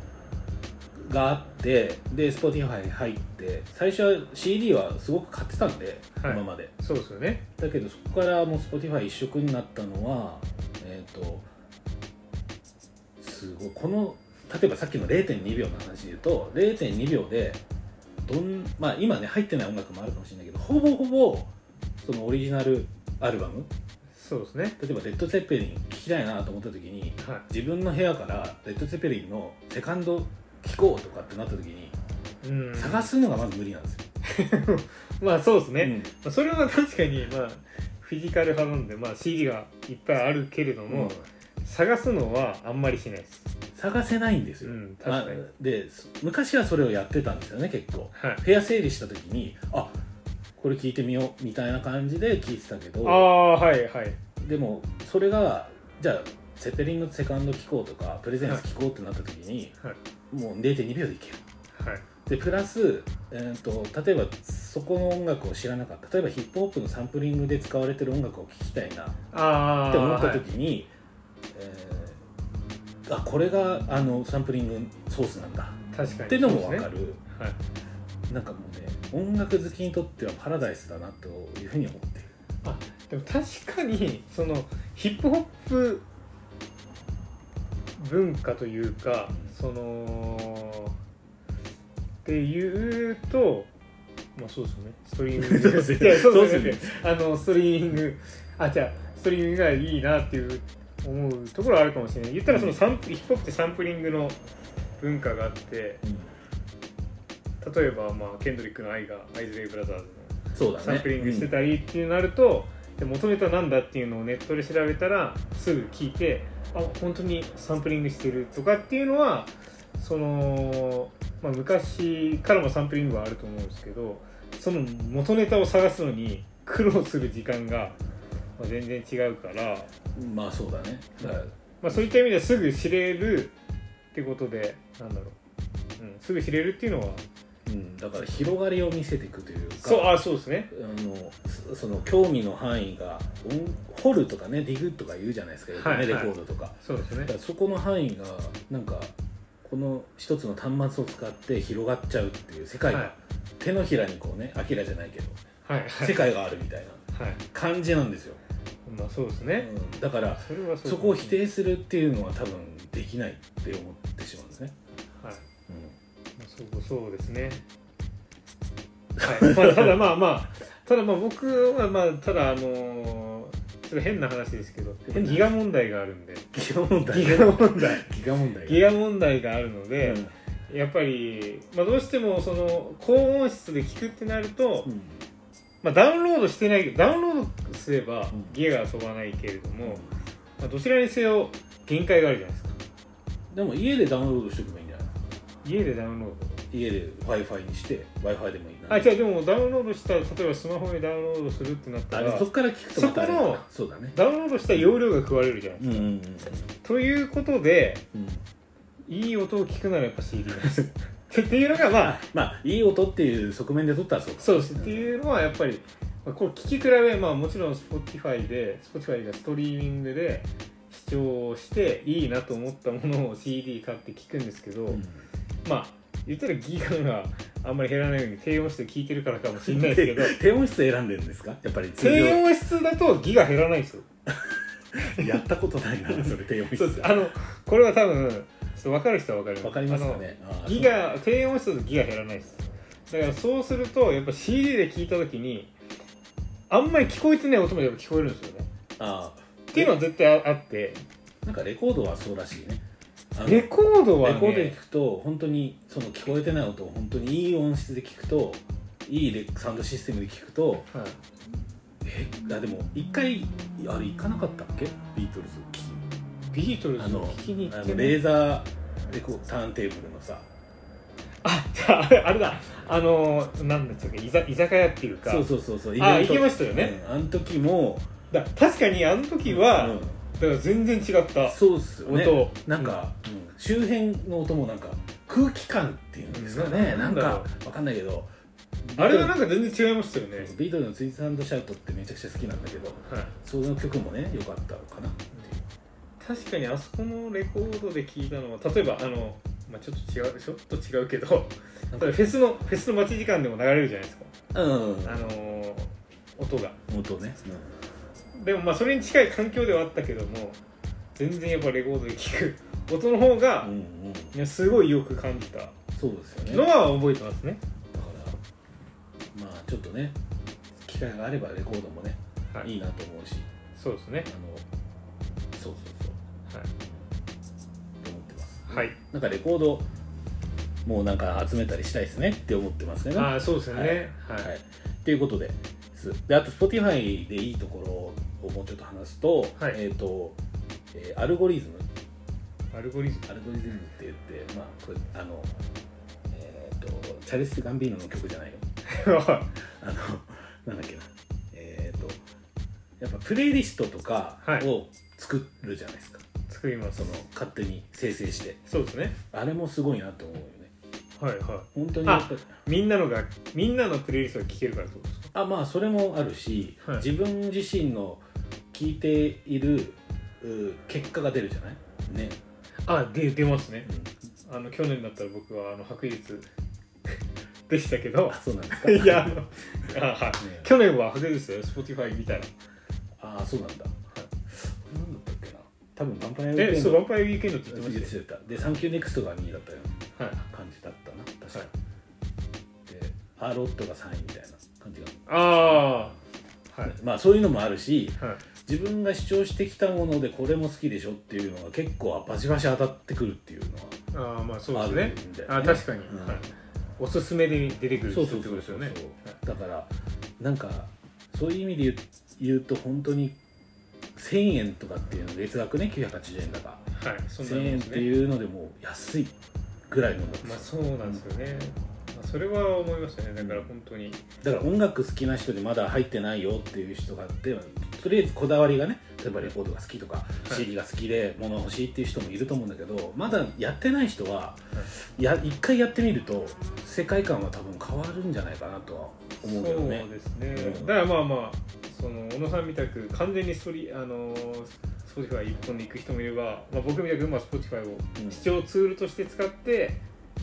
A: があってで Spotify 入って最初は CD はすごく買ってたんで、
B: はい
A: 今まで
B: そうですよね、
A: だけどそこからもう Spotify 一色になったのはえっ、とすごいこの例えばさっきの0.2秒の話で言うと0.2秒でどん、まあ、今ね入ってない音楽もあるかもしれないけどほぼほぼそのオリジナルアルバム
B: そうですね、
A: 例えばレッド・ツェッペリン聴きたいなと思った時に
B: はい、
A: 自分の部屋からレッド・ツェッペリンのセカンド聴こうとかってなった時に
B: うん
A: 探すのがまず無理なんですよ、
B: まあそうですね、
A: うん
B: まあ、それは 確かに、まあ、フィジカル派なんで、まあ、CD がいっぱいあるけれども、
A: うん
B: 探すのはあんまりしないです、
A: 探せないんです
B: う
A: よ、
B: ん、
A: まあ
B: 確かに、
A: で昔はそれをやってたんですよね結構
B: はい、
A: 部屋整理した時にあこれ聞いてみようみたいな感じで聞いてたけ
B: あ
A: ど
B: あーはいはい
A: でもそれがじゃあセペリンのセカンド聞こうとかプレゼンス聞こうってなった時に、
B: はい
A: もう0.2秒でいける
B: はい
A: でプラス、えー、と例えばそこの音楽を知らなかった例えばヒップホップのサンプリングで使われてる音楽を聴きたいなっ
B: ああ
A: て思った時にえーあこれがあのサンプリングソースなんだ
B: 確かに
A: ってのも分か
B: る、
A: る、
B: はい、
A: なんかもうね音楽好きにとってはパラダイスだなというふうに思ってる
B: でも確かにそのヒップホップ文化というかそのっていうとまあそうですよねストリーミング
A: そうですよね
B: いや そう
A: そう
B: で
A: です
B: よねあのストリーミングあじゃあストリーミングがいいなっていう思うところはあるかもしれない言ったらそのサンプヒップホップってサンプリングの文化があって例えばまあケンドリックの愛がアイズレイブラザーズの
A: そうだね
B: サンプリングしてたりっていうのあると、で元ネタなんだっていうのをネットで調べたらすぐ聞いてあ本当にサンプリングしてるとかっていうのはその、まあ、昔からもサンプリングはあると思うんですけどその元ネタを探すのに苦労する時間がまあ全然違うから、
A: うんまあそうだねだから
B: まあ、そういった意味ではすぐ知れるってことでなんだろう、うん、すぐ知れるっていうのは
A: うん、だから広がりを見せていくというか
B: そうあそうですね
A: あのそその興味の範囲がうん掘るとかねディグとか言うじゃないですかよくね、
B: はいはい
A: レコードとか
B: そうですね
A: だからそこの範囲がなんかこの一つの端末を使って広がっちゃうっていう世界が、
B: はい
A: 手のひらにこうねアキラじゃないけど
B: はいはい
A: 世界があるみたいな
B: はい
A: 感じなんですよ、
B: まあそうです
A: う
B: ね、
A: ん、だから
B: それはそう
A: そこを否定するっていうのは多分できないって思ってしまうんですね、
B: はい、ま
A: うん
B: あ、そうそうですねはい、まあ、ただまあまあただまあ僕はまあただあのーちょっと変な話ですけど
A: 変な話
B: ギガ問題があるんで
A: ギガ問題
B: ギガ問題
A: ギガ問題
B: ギガ問題があるので
A: う、ん
B: やっぱり、まあ、どうしてもその高音質で聞くってなると、
A: うん
B: まあ、ダウンロードしてないけどダウンロードすれば
A: うん
B: ギガが飛ばないけれども、まあ、どちらにせよ限界があるじゃないですか
A: でも家でダウンロードしておけばいいんじゃない
B: 家でダウンロード
A: 家で w i f i にして w i f i でもいいな
B: あじゃあでもダウンロードした例えばスマホでダウンロードするってなった
A: あでも
B: ら
A: そこから聞くとまたあれだな
B: そこの
A: そうだね
B: ダウンロードした容量が食われるじゃない、
A: うんうんうん
B: ということで
A: うん
B: いい音を聞くならやっぱ CD なんですよ ってっていうのがまあ
A: まあいい音っていう側面で撮ったらそう
B: そうですっていうのはやっぱり、まあ、これ聞き比べ、まあ、もちろん Spotify で Spotify がストリーミングで視聴していいなと思ったものを CD 買って聞くんですけど、
A: うん
B: まあ言ったらギガがあんまり減らないように低音質で聞いてるからかもしれないですけど
A: 低音質選ん でるんですかやっぱり通
B: 低音質だとギガ減らないんですよ
A: 常やったことないなそれ低音
B: そう
A: 質
B: ですあのこれは多分ちょっと分かる人は分かる
A: わかりますかね
B: あ
A: あ
B: の
A: ー
B: ギガ低音質だとギガ減らないですだからそうするとやっぱ CD で聞いた時にあんまり聞こえてない音もやっぱ聞こえるんですよね
A: あ
B: っていうのは絶対ああって
A: ーなんかレコードはそうらしいねあの
B: レ
A: レコ
B: コードは
A: ードで
B: ね
A: 聞くと本当にその聞こえてない音を本当にいい音質で聞くといいレサウンドシステムで聞くと
B: はい
A: えあでも一回あれ行かなかったっけビートルズ聞きに
B: ビートルズ
A: あの
B: を聞きに行
A: あ
B: って
A: の
B: ね
A: レーザーレコターンテーブルのさ
B: あじゃああれあれだあのなんだっけ居酒居酒屋っていうか
A: そうそうそうそうイ
B: あ
A: ベント
B: 行きましたよね、
A: うんあの時も
B: だ確かにあの時は、
A: うん
B: だから全然違った
A: そうっすよね
B: 音
A: なんか、うん周辺の音もなんか空気感っていうんですかね、
B: う
A: なん
B: んなんだ
A: か
B: ろ
A: わかんないけど
B: あれはなんか全然違いましたよね、
A: ビートルズの「ツイーンドシャウト」ってめちゃくちゃ好きなんだけど
B: はい
A: その曲もね良かったのかな
B: 確かにあそこのレコードで聞いたのは例えばあの、まあ、ちょっと違うちょっと違うけど
A: なん
B: 例
A: か
B: えばフェスのフェスの待ち時間でも流れるじゃないですか
A: うん
B: あのー音が
A: 音ね、
B: でもまあそれに近い環境ではあったけども全然やっぱレコードで聞く音の方
A: う
B: が
A: ん、う、んうん
B: ねすごいよく感じた
A: そうですよね
B: のは覚えてますね
A: だからまあちょっとね機会があればレコードもね、
B: はい
A: い、いなと思うし
B: そうですね
A: あのそうそうそうと思ってます
B: はい、
A: なんかレコードもうなんか集めたりしたいですねって思ってますけどね
B: ああそうですよねはい、
A: はい、ということですであと Spotify でいいところをもうちょっと話すと、
B: はい
A: えっ、と、えーアルゴリズム
B: アルゴリズム
A: アルゴリズムって言ってまあこれあのえっ、とチャレス・ガンビーノの曲じゃないよ
B: は
A: あの、 なんだっけな。えっ、と、やっぱプレイリストとか
B: はい
A: を作るじゃないですか。
B: 作ります
A: その、勝手に生成して。
B: そうですね
A: あれもすごいなと思うよね。
B: はいは
A: 本当にやっぱり
B: いみんなのがみんなのプレイリストが聴けるからってことですか
A: あ、まあ、それもあるし、
B: はい
A: 自分自身の聞いているう結果が出るじゃないね。
B: あで出ますね
A: うん
B: あの去年だったら僕はあの白日 でしたけ ど
A: あ、そうなんですか。
B: いやあのあはい
A: ね
B: 去年は白日ですよ Spotify 見たら
A: ああ、そうなんだ。なんだったっけな。多分、バンパイアウィーク
B: え
A: エン
B: そう
A: ド
B: ヴァンパイアウィークエンドって言ってま
A: 言っ
B: したよ
A: てたで、サンキューネクストが2位だったよ。
B: はい
A: 感じだったな確かに、
B: は
A: でパロットが3位みたいな感じが、
B: ああはい
A: まあそういうのもあるし
B: はい
A: 自分が主張してきたものでこれも好きでしょっていうのが結構バシバシ当たってくるっていうのは
B: ああまあそうですね
A: あるんだよね
B: あー確かに、
A: うん
B: はい、おすすめで出てくる
A: そうそう
B: って
A: そ
B: こ
A: う
B: とです
A: そ
B: よ
A: う、
B: ね
A: だからなんかそういう意味で言う言うと本当に1000円とかっていうの月額ね980円だか
B: はい、はい、そんなもん
A: 1000円
B: で
A: っ
B: す
A: て
B: ね
A: いうのでもう安いぐらいのものです
B: まあそうなんですよね、まあ、それは思いましたねだから本当に
A: だから音楽好きな人でまだ入ってないよっていう人があってとりあえずこだわりがね例えばレコードが好きとか
B: い
A: CD が好きで物欲しいっていう人もいると思うんだけどまだやってない人はや一回やってみると世界観は多分変わるんじゃないかなとは思うけどね
B: そうですね、
A: うん
B: だからまあまあその小野さんみたく完全にストリあのー Spotify 一本で行く人もいれば、まあ、僕みたくまあ Spotify を
A: うん
B: 視聴ツールとして使って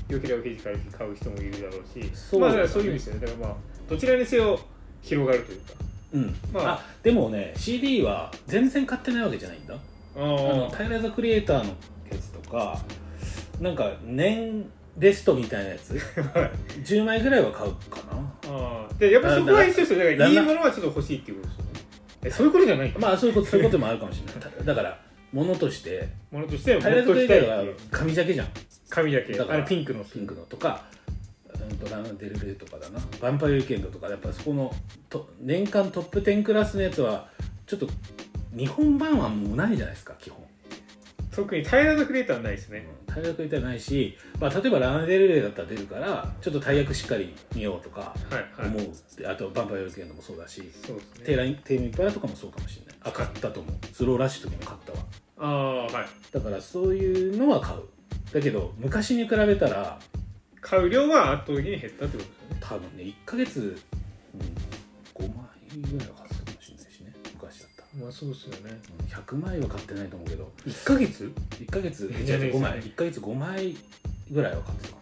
B: 良ければ記事から買う人もいるだろうし
A: そう
B: ま
A: だね
B: あだからそういう意味ですよねだからまあどちらにせよ広がるというか
A: うん
B: まあ
A: あでもね CD は全然買ってないわけじゃないんだ
B: あ
A: あの
B: ー
A: タイラー・ザ・クリエイターのやつとかなんか年レストみたいなやつ
B: はい
A: 10枚ぐらいは買うかな
B: あーでやっぱりそこは一緒ですよだからいい
A: だん
B: も
A: だ
B: のはちょっと欲しいっていうことですよねえそういうことじゃない
A: まあそういうことそういうこともあるかもしれない ただから物として
B: ものとしては持
A: 平
B: っ
A: ら
B: と
A: と
B: き
A: きた
B: たいっ
A: い
B: て
A: はい
B: いう
A: 紙だけじゃん
B: 紙だけ
A: だか
B: あ
A: ら
B: のピンクの
A: ピンクのとかうんとランデルレイとかだなヴァンパイア・ウィーケンドとかやっぱそこのと年間トップ10クラスのやつはちょっと日本版はもうないじゃないですか基本
B: 特にタイラーザ・クリエイターはないですね、
A: うん大学行ったらないし、まあ、例えばランデルレイだったら出るからちょっと大役しっかり見ようとか
B: はいはい
A: 思う、あとバンパイア・ウィーケンドもそうだし、
B: そうですね
A: テーラインテーミパラとかもそうかもしれないあ買ったと思うスローラッシュとかも買ったわ
B: ああはい
A: だからそういうのは買うだけど昔に比べたら
B: 買う量は圧倒的に減ったってことですよね
A: 多分ね1ヶ月、うん、5枚ぐらいは買ってたかもしれないしね昔だったら。
B: まあそうですよね
A: うん100枚は買ってないと思うけど
B: 1ヶ月
A: 1ヶ月
B: めちゃめちゃ
A: 5枚1ヶ月5枚ぐらいは買ってたか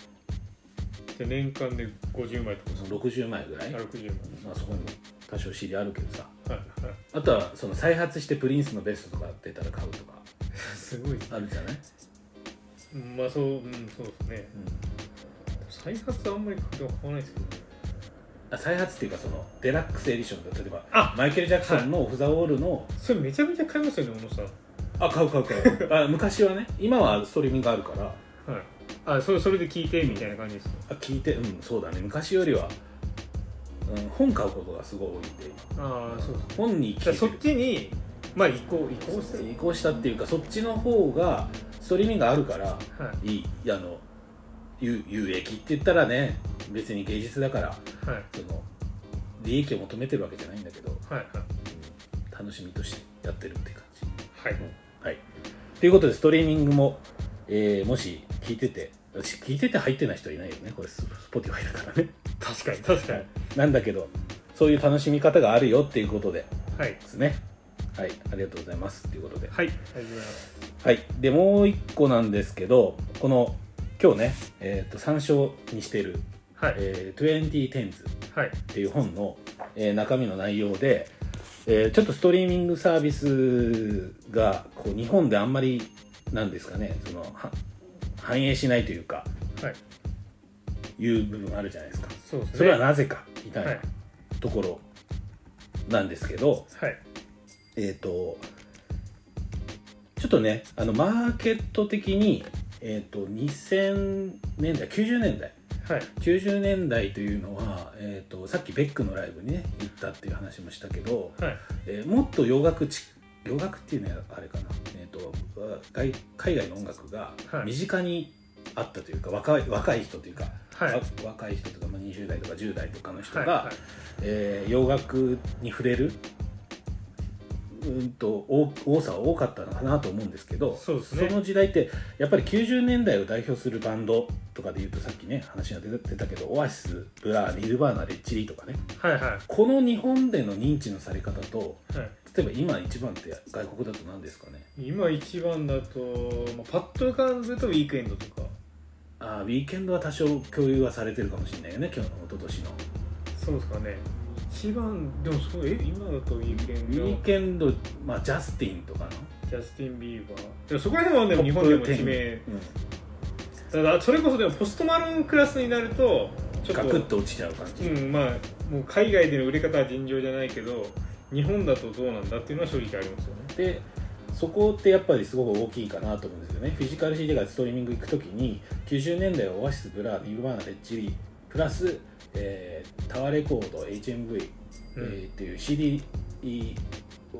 B: で年間で50枚とか
A: なその60枚ぐらい
B: あ60
A: まあ、そこにも多少知りあるけどさ
B: 枚はいはい
A: あとはその再発してプリンスのベストとか出たら買うとか
B: すごいですね
A: あるじゃない、
B: まあそううんそうですね再発はあんまり買わないですけどね
A: あ再発っていうかそのデラックスエディションだ例えば
B: あ
A: マイケル・ジャクソンのオフ・ザ・ウォールの、
B: それめちゃめちゃ買いますよね小野さん
A: あ買う買う買うあ昔はね今はストリーミングがあるから
B: はいあそれそれで聞いてみたいな感じですね
A: あ聞いてうんそうだね昔よりは、うん、本買うことがすごい多いんで
B: ああそうですね
A: 今本に
B: だ
A: 聞
B: から
A: い
B: そ
A: て
B: っちにまあ移行移行して
A: 移行したっていうかそっちの方がストリーミングがあるから
B: はい
A: いいいやあの有有益って言ったらね別に芸術だから
B: はい
A: その利益を求めてるわけじゃないんだけど、
B: はい
A: 楽しみとしてやってるって感じ。
B: はいはい
A: はい、ということでストリーミングも、えーもし聞いてて私聞いてて入ってない人いないよねこれスポティファイだからね
B: 確かに確かに
A: なんだけどそういう楽しみ方があるよっていうことで
B: はい
A: ですねはいありがとうございますっていうことで
B: はいありがとうございます
A: はいでもう一個なんですけどこの今日ね、えー、と参照にしてる
B: はい
A: えー20 10s
B: はい
A: っていう本の、えー中身の内容で、えーちょっとストリーミングサービスがこう日本であんまりなんですかねそのは反映しないというか
B: はい
A: いう部分あるじゃないですか
B: そうですね
A: それはなぜかみたい
B: はい
A: なところなんですけど、
B: はい
A: えっ、とちょっとねあのマーケット的に、えー、と2000年代90年代
B: はい
A: 90年代というのは、えー、とさっきベックのライブにね行ったっていう話もしたけど、
B: はい
A: えーもっと洋楽ち洋楽っていうのはあれかな、えー、とわ外海外の音楽が
B: はい
A: 身近にあったというか、若い若い人というか、
B: はい
A: わ若い人とか、まあ、20代とか10代とかの人が、
B: はいはい
A: えー洋楽に触れる。うんと多多さは多かったのかなと思うんですけど
B: そうですね
A: その時代ってやっぱり90年代を代表するバンドとかでいうとさっきね話が出てたけどオアシスブラーニルバーナレッチリとかね
B: はいはいは
A: この日本での認知のされ方と
B: い
A: 例えば今一番って外国だと何ですかね
B: 今一番だと、まあ、パッと浮かんでるとウィークエンドとか
A: あーウィーケンドは多少共有はされてるかもしれないよね今日の一昨年の
B: そうですかね一番でもそうえ今だとウィークエ
A: ウィ
B: ン
A: ーケンド、まあ、ジャスティンとかの
B: ドジャスティン・ビーバーでもそこら辺はでも日本でも
A: トップ
B: 知
A: 10
B: 名
A: うん
B: ただそれこそでもポストマロンクラスになるとちょ
A: ガ
B: っ
A: クッ
B: と
A: と落ちちゃう感じ、
B: うんまあもう海外での売れ方は尋常じゃないけど日本だとどうなんだっていうのは正直ありますよね
A: でそこってやっぱりすごく大きいかなと思うんですよねフィジカル CD がストリーミング行く時に90年代オアシスブラビブバーナレッチリプラス、えータワーレコード HMV、
B: うん
A: えーっていう CD を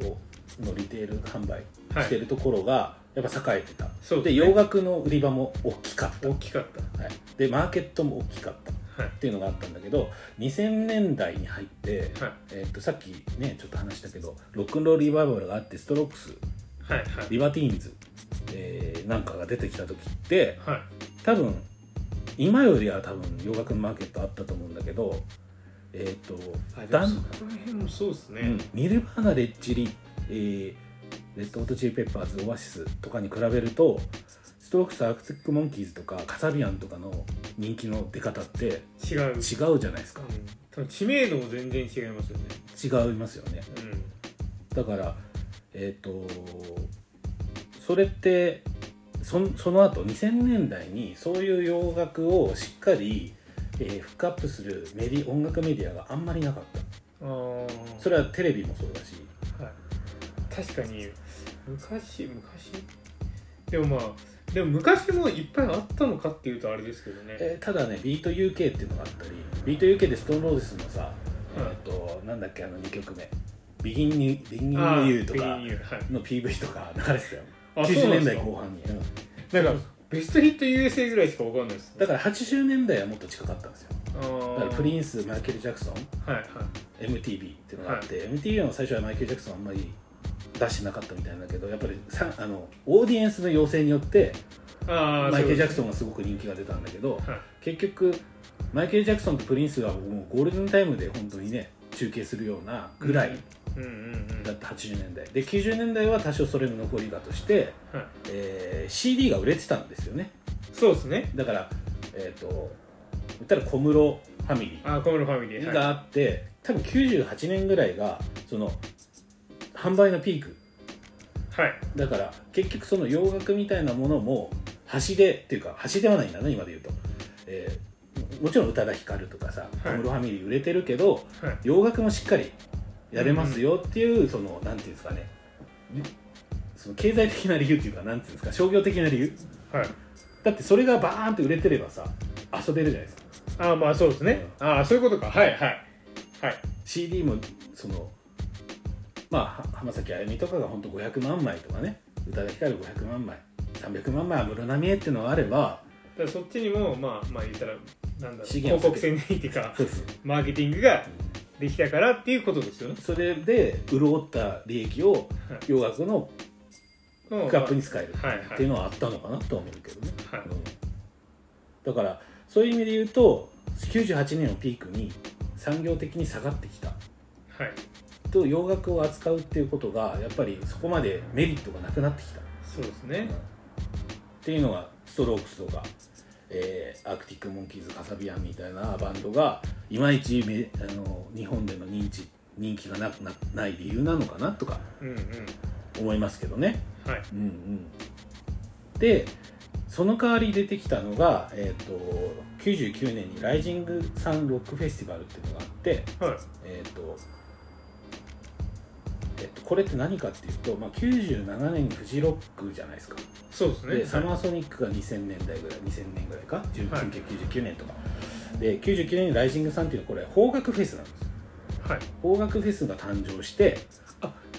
A: のリテール販売
B: はい
A: してるところが、やっぱ栄えてた
B: そう
A: で
B: ですね
A: 洋楽の売り場も大きかった、
B: 大
A: は
B: きかった
A: い、でマーケットも大きかったっ
B: はい
A: ていうのがあったんだけど2000年代に入って、
B: はい
A: えー、とさっきねちょっと話したけどロックンロールリバイバルがあってストロークス
B: はいはい
A: リバティーンズ、えーなんかが出てきた時って
B: はい
A: 多分今よりは多分洋楽のマーケットあったと思うんだけどえっ、
B: あ
A: と
B: でも
A: だん
B: そこら辺もそうですね、
A: うんニルバーナレッジリ、えーレッド・オート・チリ・ペッパーズオアシスとかに比べるとストロークスアークティック・モンキーズとかカサビアンとかの人気の出方って
B: 違う、
A: 違
B: うん、
A: うじゃないですか
B: 多分知名度も全然違いますよね
A: 違いますよねだからえっ、とそれってそその後2000年代にそういう洋楽をしっかり、えーフックアップするメディ音楽メディアがあんまりなかった
B: うんああ
A: それはテレビもそうだし
B: はい、確かに昔昔でもまあでも昔もいっぱいあったのかっていうとあれですけどね、
A: えーただねビート UK っていうのがあったりビート UK でストーンローデスのさ、
B: うん
A: えっとなんだっけあの2曲目「ビギンニュービギンニュ
B: ああ
A: ーと
B: ビ
A: か
B: ギンユーはい
A: の PV とか流れてたよ
B: あそう
A: 90
B: な
A: 年
B: んです
A: 代
B: か
A: 後半に、うん
B: なんかベストヒット USA ぐらいしかわかんないです
A: だから80年代はもっと近かったんですよ
B: あー
A: だからプリンスマイケル・ジャクソン
B: はいはい
A: MTV っていうのがあって、MTV の最初はマイケル・ジャクソンあんまり出してなかったみたいだけどやっぱりさあのオーディエンスの要請によって
B: ああ
A: マイケル・ジャクソ
B: ン
A: ンがすごく人気が出たんだけど
B: はい
A: 結局マイケル・ジャクソンとプリンスがもうゴールデンタイムで本当にね中継するようなぐらい
B: うんうんうん
A: だった80年代で90年代は多少それの残りがとして、
B: はい
A: えー CD が売れてたんですよね
B: そうですね
A: だからえっ、と言ったら小室ファミリー
B: ああ小室ファミリー、
A: があ
B: は
A: って、多分98年ぐらいがその販売のピーク
B: い、はい、
A: だから結局その洋楽みたいなものも端でっていうか端ではないんだな今で言うと、えーもちろん宇多田ヒカルとかさ小室ファミリー売れてるけど、
B: はい
A: 洋楽もしっかりやれますよっていう、そのなんていうんですかねその経済的な理由っていうかなんていうんですか商業的な理由
B: はい、
A: だってそれがバーンって売れてればさ遊べるじゃないですか
B: ああまあそうですね、ああそういうことかはいはいはい
A: CD もそのまあは浜崎あゆみとかが本当500万枚とかね宇多田ヒカル500万枚300万枚安室奈美恵っていうのがあれば
B: だからそっちにもまあまあ言ったらなんだろう
A: 資
B: 広
A: 源を
B: 告宣伝っていうか
A: そうです
B: マーケティングができたからっていうことですよね。
A: それで潤った利益を洋楽の
B: の
A: クラップに使える
B: はいはい
A: っていうのはあったのかなとは思うけどね、
B: はい
A: うんだからそういう意味で言うと98年をピークに産業的に下がってきた
B: はい、
A: と洋楽を扱うっていうことがやっぱりそこまでメリットがなくなってきた
B: そうです
A: うん
B: ね。
A: っていうのがストロークスとか、えーアークティック・モンキーズカサビアンみたいなバンドがいまいちめあの日本での認知人気がななない理由なのかなとか
B: うんうん。
A: 思いますけどね。
B: はい。
A: うんうん、でその代わり出てきたのが、えー、と99年にライジング・サン・ロック・フェスティバルっていうのがあって、
B: はい。
A: えーとえっとこれって何かっていうと、まあ、97年にフジロックじゃないですか。
B: そうですね。
A: でサ
B: は
A: マーソニックが2000年代ぐらい2000年ぐらいか1999
B: はい
A: 年とか、で99年にライジングさんっていうのはこれ邦楽フェスなんですよ
B: い。はい
A: 邦楽フェスが誕生して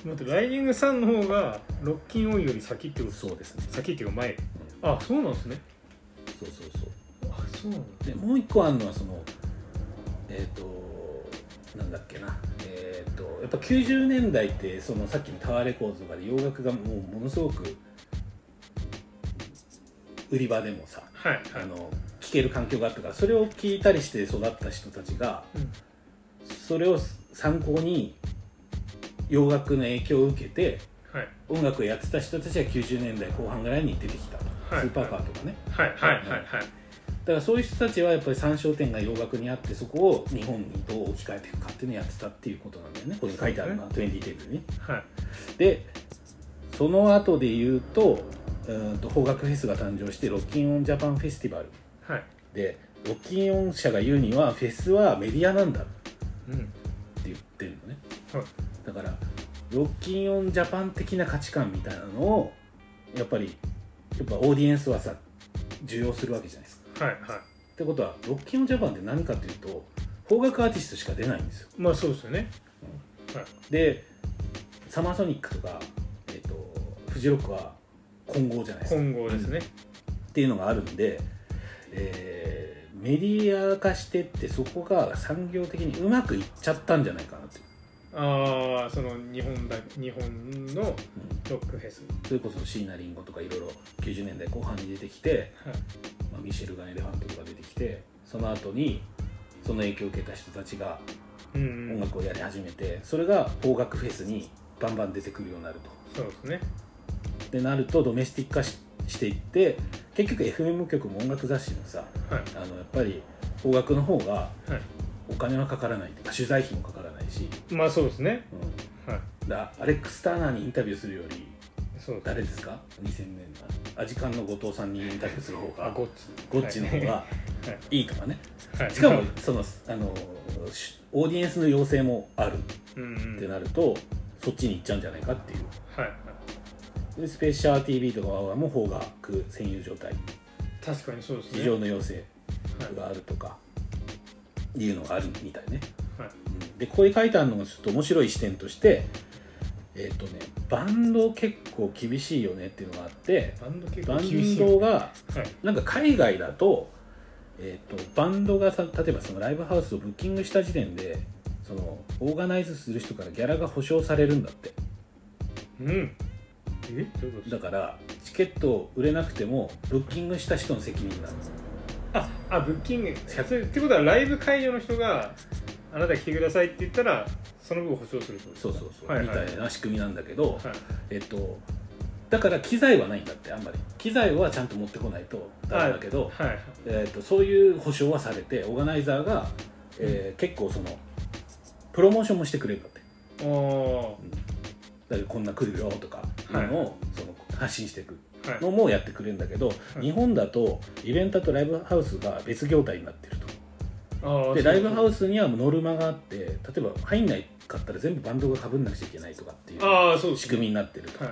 B: 待って、ライジングさんの方が、ロッキンオンより先ってこと
A: そうですね
B: 先っていうか前。あ、そうなんですね。
A: そうそうそ
B: あ、そうなんだ。
A: うでもう一個あるのはそのえっ、となんだっけなえっ、とやっぱ90年代ってそのさっきのタワーレコードとかで洋楽がもうものすごく売り場でもさ
B: はい。
A: あ
B: はい。
A: の聴ける環境があったからそれを聞いたりして育った人たちが
B: うん
A: それを参考に洋楽の影響を受けて
B: はい。
A: 音楽をやってた人たちが90年代後半ぐらいに出てきた、
B: はい
A: スーパーカーとかね
B: はい。はい。はい。はい。
A: だからそういう人たちはやっぱり参照点が洋楽にあってそこを日本にどう置き換えていくかっていうのをやってたっていうことなんだよねこれに書いてあるな、20テーブルに
B: はい。
A: でその後で言うとうーんと邦楽フェスが誕生してロッキンオンジャパンフェスティバル
B: はい。
A: でロッキンオン社が言うにはフェスはメディアなんだって
B: うん
A: 言ってるのね、
B: はい
A: だからロッキンオンジャパン的な価値観みたいなのをやっぱりやっぱオーディエンスはさ受容するわけじゃないですか
B: はいは
A: ってことはロッキンオンジャパンって何かというと邦楽アーティストしか出ないんですよ
B: いまあそうですよね
A: でサマーソニックとか、えっとフジロックは混合じゃないですか
B: 混合ですね、
A: っていうのがあるんで、えーメディア化してってそこが産業的にうまくいっちゃったんじゃないかなって
B: ああその日本だ日本のロックフェス、
A: それこそ椎名林檎とかいろいろ90年代後半に出てきて、
B: はい、
A: まあミシェルガン・エレファントとか出てきてその後にその影響を受けた人たちが
B: うんう
A: 音
B: ん
A: 楽をやり始めて、それが邦楽フェスにバンバン出てくるようになると。
B: そうですね
A: ってなるとドメスティック化ししていって結局 FM 局も音楽雑誌もさ
B: はい
A: あのやっぱり邦楽の方が
B: はい
A: お金はかからないというか取材費もかからないし、
B: まあそうですね
A: う
B: はい
A: ん、だアレックス・ターナーにインタビューするより
B: そうです
A: 誰ですか2000年のアジカンの後藤さんにインタビューする方
B: あ
A: が
B: ゴッ
A: ゴッチの方が
B: はい
A: いいとかね
B: チ、はい、
A: しかもそのあのしオーディエンスの要請もあるっ
B: うんうん
A: てなるとそっちに行っちゃうんじゃないかっていう
B: はいはい
A: でスペシャル TV とかはもう邦楽占有状態
B: 確かにそうですね
A: 市場の要請
B: はい
A: があるとかいうのがあるみたいね、
B: はい
A: うんでここに書いてあるのがちょっと面白い視点としてえっ、とねバンド結構厳しいよねっていうのがあって
B: バンド結
A: バ
B: 構厳し
A: ン
B: いはい
A: ドがなんか海外だと,、えー、とバンドがさ例えばそのライブハウスをブッキングした時点でそのオーガナイズする人からギャラが保証されるんだって
B: うんえどういう
A: だ
B: ことですか
A: からチケット売れなくてもブッキングした人の責任なんです
B: ああブッキングそうってことはライブ会場の人があなた来てくださいって言ったらその分を保証するってことです
A: そう
B: か
A: そうそう、
B: はいはい
A: みたいな仕組みなんだけど、
B: はい
A: えっと、だから機材はないんだってあんまり機材はちゃんと持ってこないとダメだけど、
B: はいはい
A: えっと、そういう保証はされてオーガナイザーが、えー結構そのプロモーションもしてくれるんだって
B: おお
A: だからこんな来るよとかいうのを、その発信していく
B: ーはい
A: のもやってくれるんだけど、
B: い
A: 日本だとイベントとライブハウスが別業態になってる
B: あー
A: とでライブハウ
B: ス
A: スにはノルマがあって例えば入んないかったら全部バンドがかぶんなくちゃいけないとかっていう
B: ああそうです
A: 仕組みになってると
B: は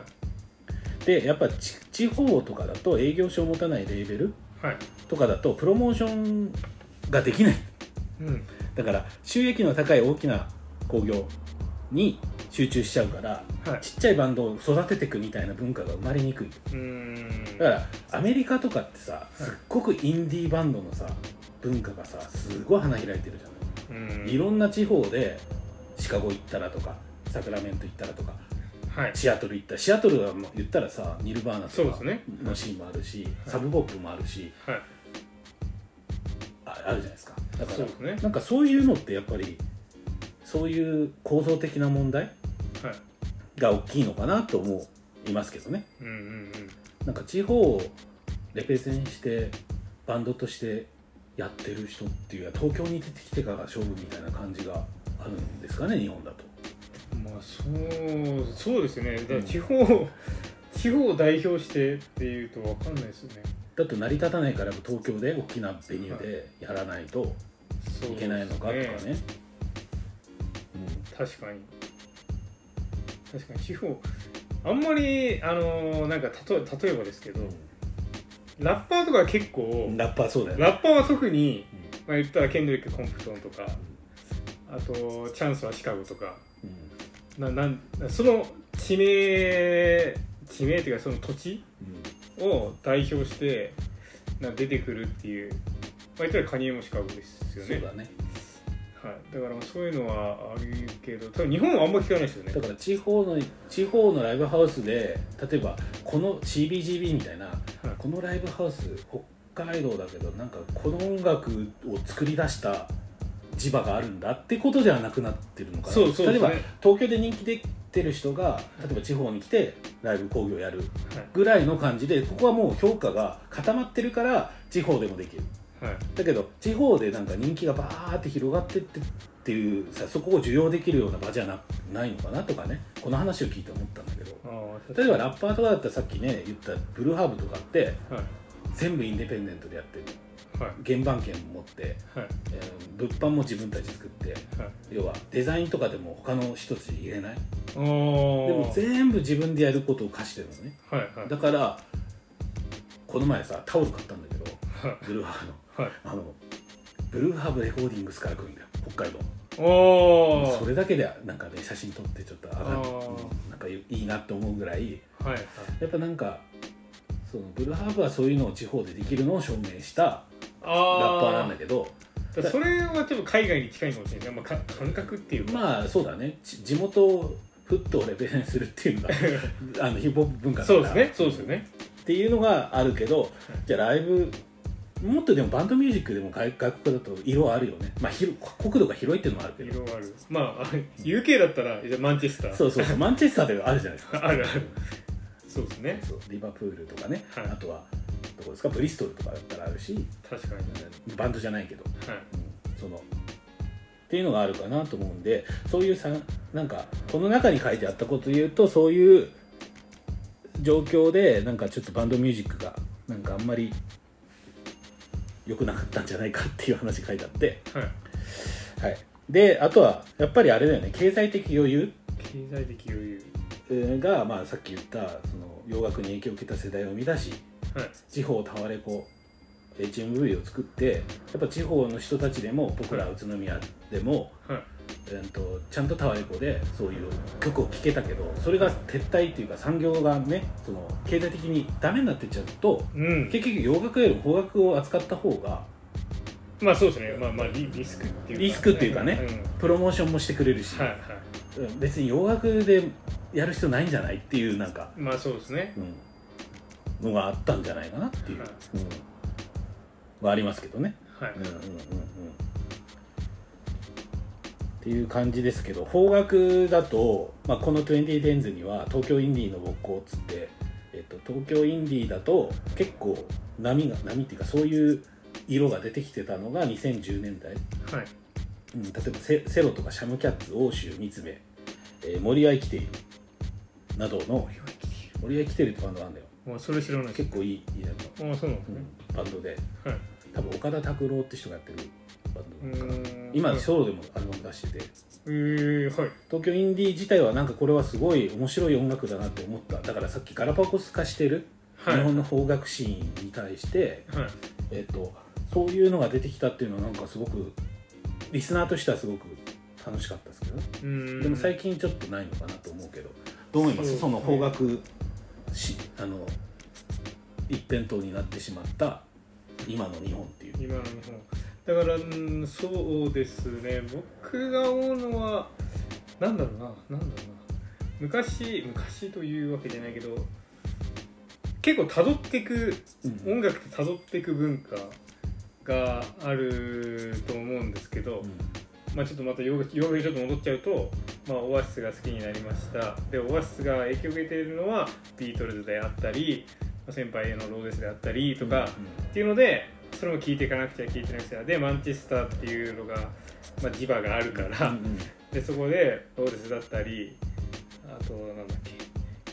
A: でやっぱち地方とかだと営業所を持たないレーベル
B: いはい
A: とかだとプロモーションができない
B: うん
A: だから収益の高い大きな興行に集中しちゃうから
B: はい
A: ちっちゃいバンドを育てていくみたいな文化が生まれにくいう
B: ーん
A: だからアメリカとかってさすっごくインディーバンドのさ文化がさすごい花開いてるじゃな
B: うん
A: いいろんな地方でシカゴ行ったらとかサクラメント行ったらとか
B: はい
A: シアトル行ったらシアトルはもう言ったらさニルバーナ
B: そう
A: と
B: で
A: か
B: すね
A: のシーンもあるし、サブポップもあるし
B: はい
A: ああるじゃないですかだか
B: そう
A: ら
B: ですね
A: なんかそういうのってやっぱりそういう構造的な問題
B: はい
A: が大きいのかなと思いますけどね
B: うんうんうん
A: なんか地方をレペゼンしてバンドとしてやってる人っていうのは東京に出てきてから勝負みたいな感じがあるんですかね日本だと
B: まあそうそうですよねだから地方、地方を代表してっていうと分かんないですよね
A: だと成り立たないから東京で大きなベニューでやらないと
B: そう
A: いけないのかとかね
B: です確かに確かに地方あんまりあのーなんか例え例えばですけど、ラッパーとか結
A: う
B: 構
A: んラッパーそうだよね
B: ラッパーは特に、まあ、言ったらケンドリック・コンプトンとかあとチャンスはシカゴとか
A: うん
B: ななんその地名地名というかその土地
A: うん
B: を代表してな出てくるっていう、まあ、言ったらカニエもシカゴですよ
A: そう
B: ね
A: だね
B: はい、だからまあそういうのはあるけど多分日本はあんま聞かないですよね
A: だから地方の地方のライブハウスで例えばこの CBGB みたいな、このライブハウス北海道だけどなんかこの音楽を作り出した磁場があるんだってことではなくなってるのかな
B: そうそう
A: 例えば
B: ですね
A: 東京で人気でてる人が例えば地方に来てライブ興行やるぐらいの感じでここはもう評価が固まってるから地方でもできる
B: はい、はい、
A: だけど地方でなんか人気がバーって広がってってっていうさそこを受容できるような場じゃなないのかなとかねこの話を聞いて思ったんだけど
B: ああ
A: 例えばラッパーとかだったらさっきね言ったブルーハーブとかって
B: はい
A: 全部インデペンデントでやってる
B: はい
A: 原版権持って、
B: はい
A: えー物販も自分たち作って
B: はい
A: 要はデザインとかでも他の人たち入れない
B: で
A: でも
B: も
A: 全部自分でやることを課してるのね
B: はいはい
A: だからこの前さタオル買ったんだけどブルーハーフの
B: はい
A: あのブルーハーブレコーディングスから来るんだよ北海道
B: おー
A: それだけでなんかね写真撮ってちょっと上が
B: あ
A: っ
B: ー
A: うんなんかいいなって思うぐらい
B: はいはい
A: やっぱなんかそのブルーハーブはそういうのを地方でできるのを証明した
B: あ
A: ラッパーなん
B: ー
A: だけど
B: だからそれはちょっと海外に近いかもしれない、まあ、か感覚っていうか、
A: まあそうだねち地元をフットをレベルにするっていうのが あのヒップホップ文化だか
B: そ
A: ら
B: うですねそうですよね
A: っていうのがあるけどじゃあライブもっとでもバンドミュージックでも外外国だと色はあるよねまあ広国土が広いっていうのもあるけど
B: 色あるまああ UK だったらじゃあマンチェスター
A: そうそうそうマンチェスターであるじゃないですか
B: あるあるそうですね
A: そうリバプールとかね、
B: はい
A: あとはどこですかブリストルとかだったらあるし
B: 確かに
A: バンドじゃないけど、
B: はい
A: うんそのっていうのがあるかなと思うんでそういうさなんかこの中に書いてあったこと言うとそういう状況でなんかちょっとバンドミュージックがなんかあんまり良くなかったんじゃないかっていう話書いてあって、
B: はい
A: はい、であとはやっぱりあれだよね経済的余裕
B: 経済的余裕
A: えーが、まあ、さっき言ったその洋楽に影響を受けた世代を生み出し
B: はい
A: 地方タワレコ HMV を作ってやっぱ地方の人たちでも僕ら宇都宮でも、
B: はい
A: えー、とちゃんとタワレコでそういう曲を聴けたけどそれが撤退っていうか産業がねその経済的にダメになってっちゃうと
B: うん
A: 結局洋楽よりも邦楽を扱った方が
B: まあそうですねまあまあリリスクっていうか
A: リスクっていうかね
B: ん
A: プロモーションもしてくれるし、
B: はいはい
A: うん別に洋楽でやる必要ないんじゃないっていうなんか、
B: まあそうですね
A: うん、のがあったんじゃないかなっていう、
B: はい
A: うん、はありますけどね。
B: はい
A: うんうんうんうんっていう感じですけど方角だと、まあ、この「20 d e n s には東京インディーの木工っつって、えっと、東京インディーだと結構波が波っていうかそういう色が出てきてたのが2010年代、
B: はい
A: うん、例えばセセロとかシャムキャッツ欧州三つ目、えー森は生きているなどの森は生きているってバンドなんだよ
B: もうそれ知らないです
A: 結構いいいいなの
B: ああそうなんです
A: う
B: ね、
A: んバンドで
B: はい
A: 多分岡田拓郎って人がやってるバンド、
B: うーん
A: 今
B: はい
A: ソロでもアルバム出してて
B: えー、はい
A: 東京インディー自体はなんかこれはすごい面白い音楽だなって思っただからさっきガラパゴス化してる、
B: はい
A: 日本の邦楽シーンに対して、
B: はい
A: えっとそういうのが出てきたっていうのはなんかすごくリスナーとしてはすごく楽しかったですけど、
B: うーん
A: でも最近ちょっとないのかなと思うけどどう思います
B: そう
A: その邦楽しあの一辺倒になってしまった今の日本っていう。
B: 今の日本だから、うん、そうですね僕が思うのはなんだろうななんだろうな昔昔というわけじゃないけど結構辿っていく
A: うん
B: 音楽って辿っていく文化があると思うんですけど、
A: うん
B: まあ、ちょっとまた洋楽洋楽にちょっと戻っちゃうと、まあ、オアシスが好きになりましたでオアシスが影響を受けているのはビートルズであったりまあ先輩のローデスであったりとか、っていうのでそれも聞いていかなくちゃいけないんですよでマンチェスターっていうのが、まあ、磁場があるから、
A: うんうん
B: でそこでローデスだったりあとなんだっけ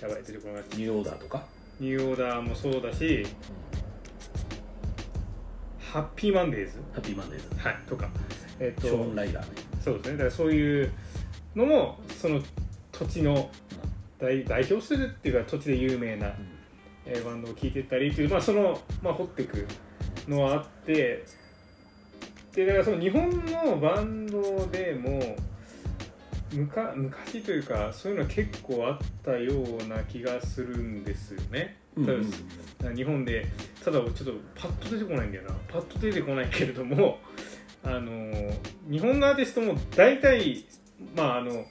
B: やばい出てこなかった
A: ニューオーダーとか、
B: ニューオーダーもそうだしハッピーマンデーズ、
A: ハッピーマンデーズ
B: はい、とか、えっ
A: シ
B: と
A: ョーン・ライダーね、
B: そうですねだからそういうのもその土地の代代表するっていうか土地で有名なえーバンドを聴いてったりという、まあ、その、まあ、掘っていくのはあってでだからその日本のバンドでもむか昔というかそういうのは結構あったような気がするんですよね。
A: うん
B: ただ
A: うんうん
B: 日本でただちょっとパッと出てこないんだよなパッと出てこないけれども あのー日本のアーティストも大体まああの、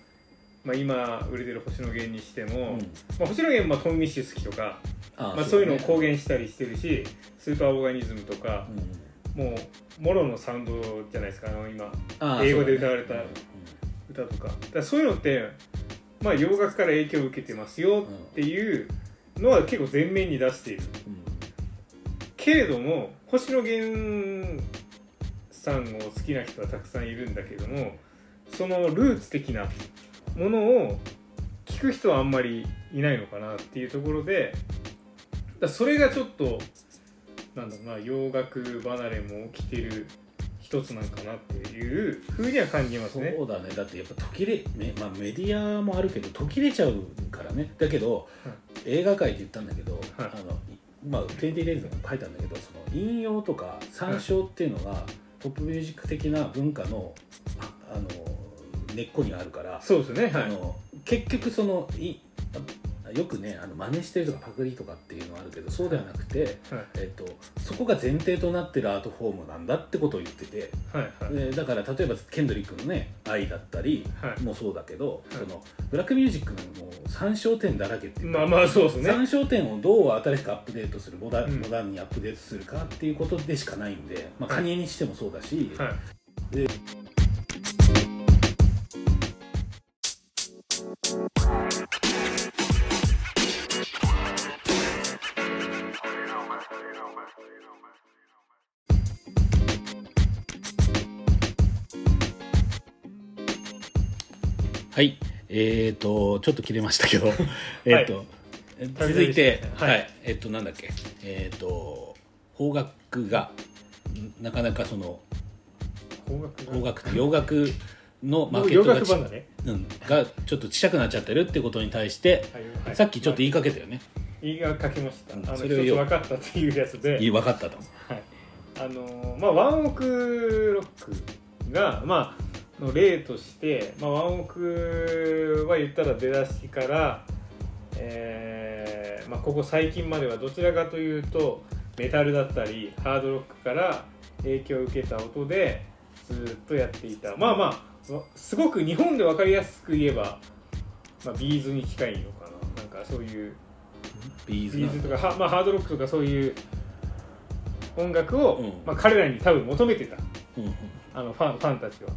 B: まあ、今売れてる星野源にしても、
A: うん
B: まあ、星野源もまあトンミッシュ好きとか
A: あ
B: まあ、そういうのを公言したりしてるしスーパーオーガニズムとか
A: うんうん
B: もうモロのサウンドじゃないですかあの今
A: あ
B: 英語で歌われた
A: そうだね
B: 歌とかだからそういうのって、まあ、洋楽から影響を受けてますよっていうのは結構前面に出している
A: うん
B: けれども星野源さんを好きな人はたくさんいるんだけどもそのルーツ的なものを聞く人はあんまりいないのかなっていうところでだからそれがちょっとなんだろうな洋楽離れも起きてる一つなんかなっていう風には感じますね
A: そうだねだってやっぱ途切れ、めまあ、メディアもあるけど途切れちゃうからねだけど、
B: はい
A: 映画界って言ったんだけど、あのいまあ20 days にも書いたんだけどその引用とか参照っていうのが、トップミュージック的な文化のああの根っこにあるから、
B: そうですね
A: あ
B: はい
A: の結局そのいあよくねあの真似してるとかパクリとかっていうのはあるけどそうではなくて、
B: はい
A: えっと、そこが前提となってるアートフォームなんだってことを言ってて。
B: はいはい
A: でだから例えばケンドリックのね「愛」だったり
B: はい
A: もそうだけど、
B: はい
A: そのブラックミュージックのもう参照点だらけっていうか
B: まあまあそうですね
A: 参照点をどう新しくアップデートするモダ,、
B: うん
A: モダンにアップデートするかっていうことでしかないんで、まあ、
B: は
A: カ
B: い
A: ニエにしてもそうだし、
B: はい
A: はいえっ、とちょっと切れましたけど えっと、続いて、
B: はい
A: はいえっ、となんだっけえっ、と邦楽がんなかなかその
B: 邦楽
A: 邦楽と洋楽のマーケッ
B: 洋
A: トが
B: 楽
A: ち
B: 離れ
A: うん、がちょっとちっちゃくなっちゃってるってことに対して、
B: はいはい
A: さっきちょっと言いかけたよね、
B: 言いが書きました、
A: うん
B: あの
A: そ
B: 一
A: れを
B: つ
A: 言おう
B: 分かったっていうやつで
A: いい分かったと
B: はい、あのーまあワンオクロックがまあの例として、まあ、ワンオクは言ったら出だしから、えーまあ、ここ最近まではどちらかというとメタルだったりハードロックから影響を受けた音でずっとやっていたまあまあわすごく日本で分かりやすく言えば、まあ、ビーズに近いのかななんかそういう
A: ビーズ
B: ビ
A: な
B: ーズとかは、まあ、ハードロックとかそういう音楽を、
A: うん
B: まあ、彼らに多分求めてた
A: うんうん
B: あのファンファンたちは。っ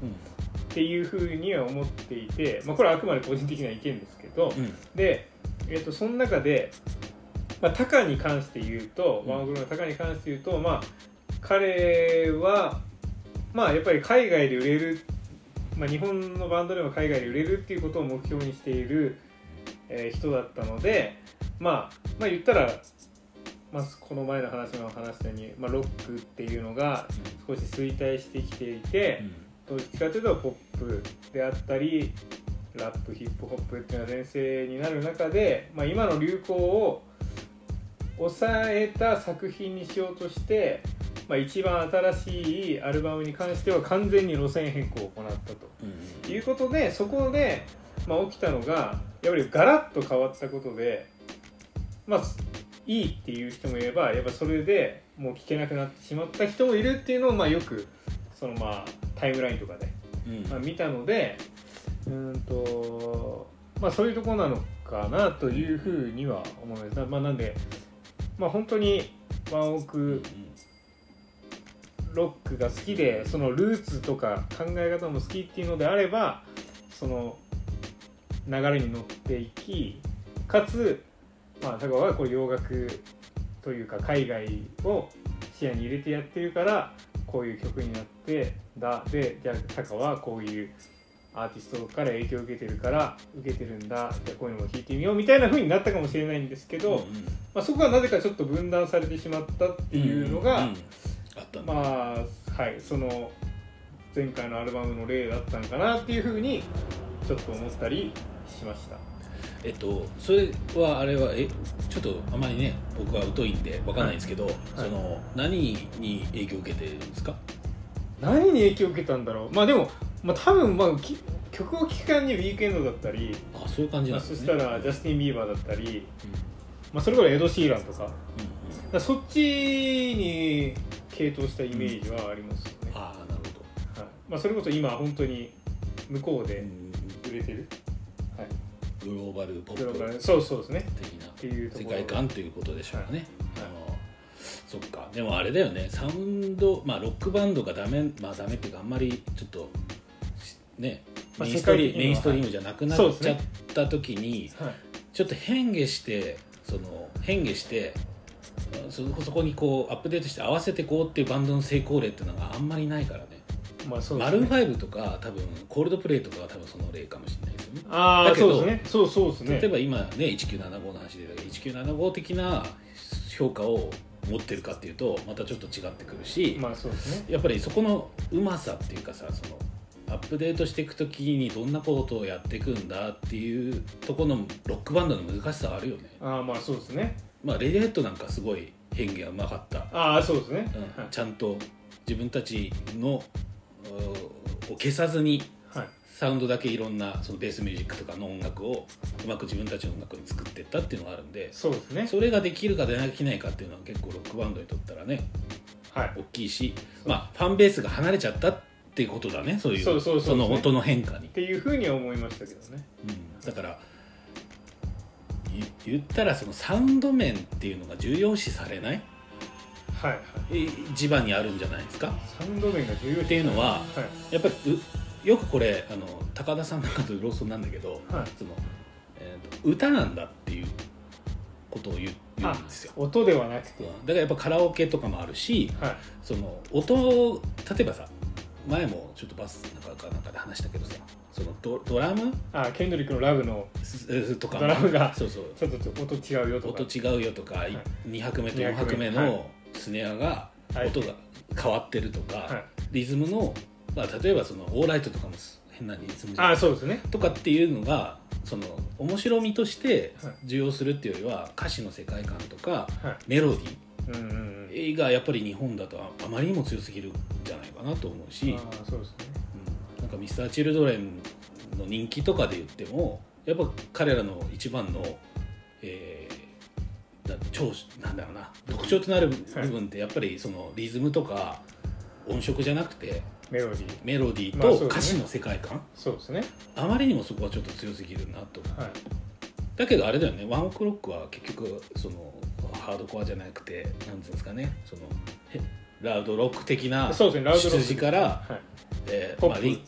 B: ていうふうには思っていて、まあ、これはあくまで個人的な意見ですけど、
A: うんうん
B: で、えっとその中で、まあ、タカに関して言うと、
A: うん
B: ワンオクロのタカに関して言うと、まあ、彼は、まあ、やっぱり海外で売れる、まあ、日本のバンドでも海外で売れるっていうことを目標にしている、えー人だったので、まあ、まあ言ったら、まあ、この前の話の話したように、まあ、ロックっていうのが少し衰退してきていて、どっちかというとポップであったりラップヒップホップっていうのが全盛になる中で、まあ、今の流行を抑えた作品にしようとして、まあ、一番新しいアルバムに関しては完全に路線変更を行ったと
A: うん
B: いうことでそこで、まあ、起きたのがやっぱりガラッと変わったことでまあいいっていう人もいればやっぱそれでもう聴けなくなってしまった人もいるっていうのを、まあ、よくそのまあタイムラインとかで
A: うん
B: まあ、見たのでうーんとまあそういうところなのかなというふうには思います、なまあ、なんでまあ本当にワンオクロックが好きでそのルーツとか考え方も好きっていうのであればその流れに乗っていきかつまあ高尾はこう洋楽というか海外を視野に入れてやってるからこういう曲になってだでじゃあ高尾はこういうアーティストから影響を受けてるから受けてるんだじゃあこういうのも弾いてみようみたいな風になったかもしれないんですけど、
A: うんうん
B: まあ、そこがなぜかちょっと分断されてしまったっていうのが。
A: んんあったんだ
B: まあはいその前回のアルバムの例だったのかなっていうふうにちょっと思ったりしました
A: えっとそれはあれはえちょっとあまりね僕は疎いんでわかんないんですけど、その何に影響を受けてるんですか
B: 何に影響を受けたんだろうまあでも、まあ、多分、まあ、き曲を聴く間にウィークエンドだったり、
A: あそういう感じ
B: ま
A: な
B: あ、
A: んです
B: そ
A: ね
B: したらジャスティン・ビーバーだったり、まあ、それからエド・シーランとかだか
A: うんうんうん
B: らそっちに系統したイメージはありますよね、はい
A: ああなるほど
B: まあ、それこそ今本当に向こう
A: う
B: で
A: ん
B: 売れてる、はい
A: グローバルポ
B: グロ
A: ッ
B: ーバ
A: プ
B: ル、そうそうですね
A: 的な
B: っていうとこ
A: 世
B: ろ
A: 界観ということでしょうかね、
B: はい
A: あのそっかでもあれだよねサウンドまあロックバンドがダメまあダメっていうかあんまりちょっとしね
B: まあ
A: メインストリーム
B: 世界的には
A: メインストリームじゃなくなっ
B: そうです
A: ちゃっ
B: ね
A: た時に、
B: はい
A: ちょっと変化してその変化してそそこにこうアップデートして合わせてこうっていうバンドの成功例っていうのがあんまりないからね
B: まあそうで
A: マ
B: す
A: ルーン
B: ね、
A: 5とか多分コールドプレイとかは多分その例かもしれないですよね
B: ああ
A: だけど
B: そうですねそうそうですね
A: 例えば今ね1975の話で1975的な評価を持ってるかっていうとまたちょっと違ってくるし、
B: まあそうですね
A: やっぱりそこのうまさっていうかさそのアップデートしていく時にどんなことをやっていくんだっていうとこのロックバンドの難しさはあるよね
B: ああまあそうですね
A: まあレディヘッドなんかすごい変化がうまかった、
B: ああそうですね
A: うん
B: はい
A: ちゃんと自分たちのうんを消さずに
B: はい
A: サウンドだけいろんなそのベースミュージックとかの音楽をうまく自分たちの音楽に作っていったっていうのがあるんで
B: そうですね
A: それができるかできないかっていうのは結構ロックバンドにとったらね
B: はい
A: 大きいし、まあ、ファンベースが離れちゃったっていうことだねそういう
B: そうそうそうそう
A: の音の変化に
B: っ、ていうふうには思いましたけどね
A: うんだからい言ったらそのサウンド面っていうのが重要視されない
B: はいはい
A: い地場にあるんじゃないですか
B: サウンド面が重要
A: っていうのは
B: はい
A: やっぱりうよくこれあの高田さんなんかと論争なんだけど、
B: はい
A: そのえーと歌なんだっていうことを言う言うんですよ。
B: 音ではなくて
A: うんだからやっぱカラオケとかもあるし、
B: はい
A: その音を例えばさ前もちょっとバスなんかかなんかで話したけどさそのドドラム
B: あケンドリックのラブの
A: すすとかも
B: ドラムが
A: そうそう
B: ちょっと音違うよとか
A: 音違うよとか、
B: い
A: 2拍目と4
B: 2
A: 拍
B: 拍
A: 目
B: 目
A: のスネアが
B: はい
A: 音が変わってるとか、
B: はい
A: リズムの、まあ、例えばそのオーライトとかも変なリズムじゃん
B: ああそうですね
A: とかっていうのがその面白みとして
B: はい
A: 受容するっていうよりは歌詞の世界観とか
B: はい
A: メロデ
B: うんうんうん
A: ィーがやっぱり日本だとああまりにも強すぎるんじゃないかなと思うし、
B: ああそうですね
A: うんなんか Mr.Children の人気とかで言ってもやっぱ彼らの一番の、えーだ長所なんだろうな特徴となる部分ってやっぱりそのリズムとか音色じゃなくて
B: メロディー
A: メロディー
B: まあそうです
A: と
B: ね
A: 歌詞の世界観、
B: そうですね
A: あまりにもそこはちょっと強すぎるなと
B: はい
A: だけどあれだよねワンオクロックは結局そのハードコアじゃなくてなんていうんですかねそのへラウドロック的な
B: そうですねラウドロッ
A: 出
B: ク
A: 自から
B: はい
A: えー
B: ポ
A: ま
B: ップ
A: あリンうん、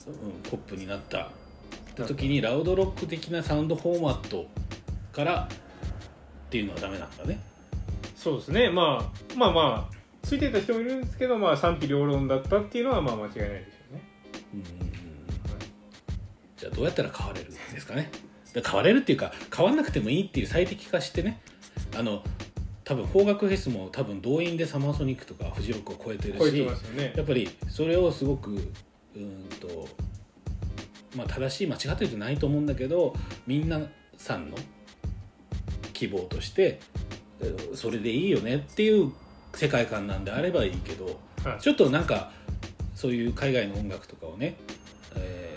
A: ポップになった時にラウドロック的なサウンドフォーマットからっていうのはダメなんだね
B: そうですねまあまあまあついてた人もいるんですけどまあ賛否両論だったっていうのはまあ間違いないでしょうね
A: うんうんうんじゃあどうやったら変われるんですかねだから変われるっていうか変わんなくてもいいっていう最適化してねあの多分邦楽フェスも多分動員でサマーソニックとかフジロックを超えてる
B: 超え
A: して
B: ますよね
A: やっぱりそれをすごくうーんと、まあ、正しい間違ってるじゃないと思うんだけどみんなさんの希望としてえーそれでいいよねっていう世界観なんであればいいけど
B: はい
A: ちょっとなんかそういう海外の音楽とかをね、えー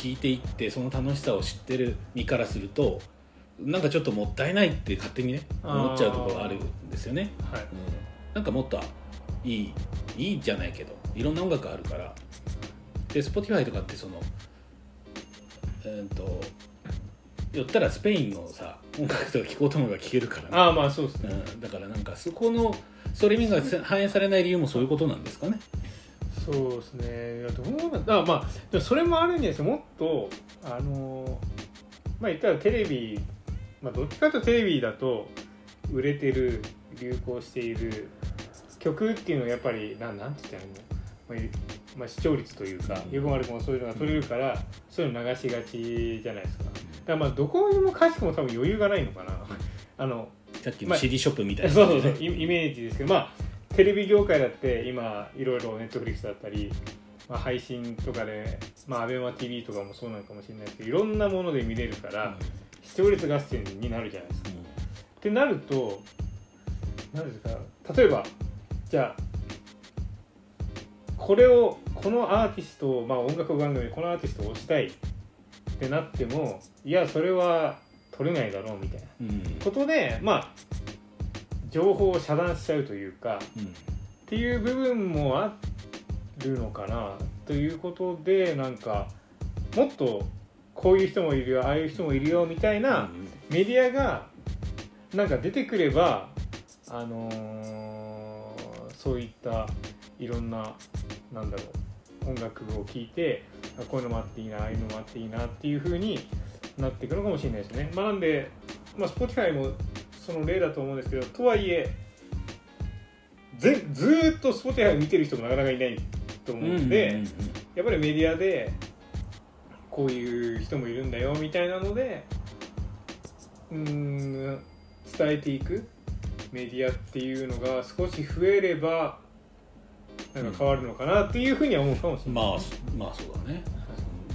A: 聞いていってその楽しさを知ってる身からするとなんかちょっともったいないって勝手にね思っちゃうところがあるんですよね。
B: はい
A: うんなんかもっといいいいじゃないけどいろんな音楽あるからで Spotify とかってそのうんと寄ったらスペインのさ音楽とか聴こうと思えば聴けるからね、
B: ああまあそうですね
A: うん、だからなんかそこのそれが反映されない理由もそういうことなんですかね
B: そうですねいやどうなんだあまあでもそれもあるんじゃないですかもっとあのーまあ言ったらテレビまあどっちかというとテレビだと売れてる流行している曲っていうのはやっぱりなんなんて言ったらいいの、まあゆまあ、視聴率というか
A: うん
B: よくも悪くもそういうのが取れるから、そういうの流しがちじゃないですかだからまあどこにもかしこも多分余裕がないのかなあの
A: さっき
B: ま
A: の
B: あ
A: CD ショップみたいな
B: そう
A: 感じ
B: そ
A: で
B: うそうイイメージですけどまあテレビ業界だって今いろいろネットフリックスだったり、まあ、配信とかで、まあ、アベマ t v とかもそうなのかもしれないですけどいろんなもので見れるから視聴率合戦になるじゃないですか。
A: うん
B: ってなると何ですか例えばじゃあこれをこのアーティストを、まあ、音楽番組でこのアーティストを推したいってなってもいやそれは取れないだろうみたいな。
A: うんうん
B: ことでまあ情報を遮断しちゃうというか
A: うん
B: っていう部分もあるのかなということでなんかもっとこういう人もいるよああいう人もいるよみたいなメディアがなんか出てくればあのーそういったいろんななんだろう音楽を聴いてあこういうのもあっていいなああいうのもあっていいなっていう風になっていくのかもしれないですね。まあ、なんで、まあ、Spotify もその例だと思うんですけどとはいえぜずーっと Spotify を見てる人もなかなかいないと思うんで。
A: うんうんうん
B: やっぱりメディアでこういう人もいるんだよみたいなのでうーん伝えていくメディアっていうのが少し増えればなんか変わるのかなっていうふうには思うかもしれない、
A: まあまあそうだね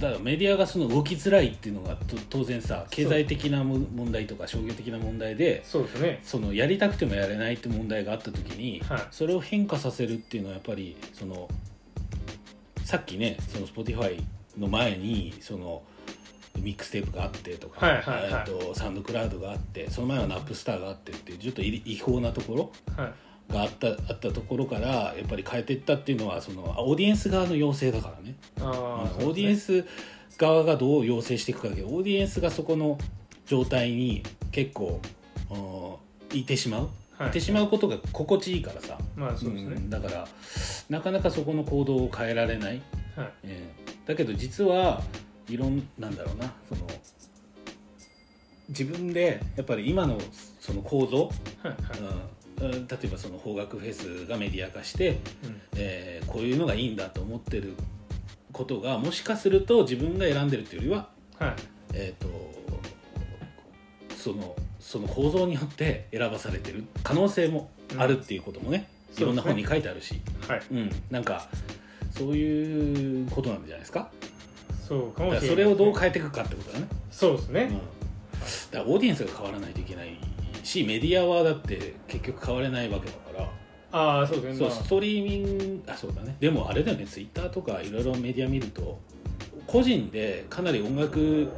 A: だからメディアがその動きづらいっていうのがと当然さ経済的なも問題とか商業的な問題で
B: そうですね
A: そのやりたくてもやれないって問題があった時に、
B: はい
A: それを変化させるっていうのはやっぱりそのさっきねその Spotify の前にそのミックステープがあってとか、
B: はいはいはい
A: えーとサウンドクラウドがあってその前はナップスターがあってっていうちょっとい違法なところ
B: はい
A: があったあったところからやっぱり変えていったっていうのはそのオーディエンス側の要請だからね。
B: あ
A: うんオーディエン
B: ス
A: ス側がどう要請していくかだけどオーディエンスがそこの状態に結構、うんいてしまう、
B: はい
A: い、てしまうことが心地いいからさ、
B: まあそうです
A: う
B: ね、
A: んだからなかなかそこの行動を変えられない、
B: はい
A: ええだけど実はいろんなんだろうなその自分でやっぱり今のその構造、
B: はいはい
A: うんうん例えばその邦楽フェスがメディア化して
B: うん
A: えーこういうのがいいんだと思ってることがもしかすると自分が選んでるっていうよりは、
B: はい
A: えー、とそのその構造によって選ばされてる可能性もあるっていうこともね、
B: うん
A: いろんな本に書いてあるし
B: はい
A: うん、なんかそういうことなんじゃないですか
B: そうか
A: だから
B: もしれない
A: それをどう変えていくかってことだね、
B: そうです
A: うん、
B: ね
A: だからオーディエンスが変わらないといけないしメディアはだって結局変われないわけだから。
B: ああそうですね
A: そう
B: まあ
A: ストリーミングあそうだねでもあれだよねツイッターとかいろいろメディア見ると個人でかなり音楽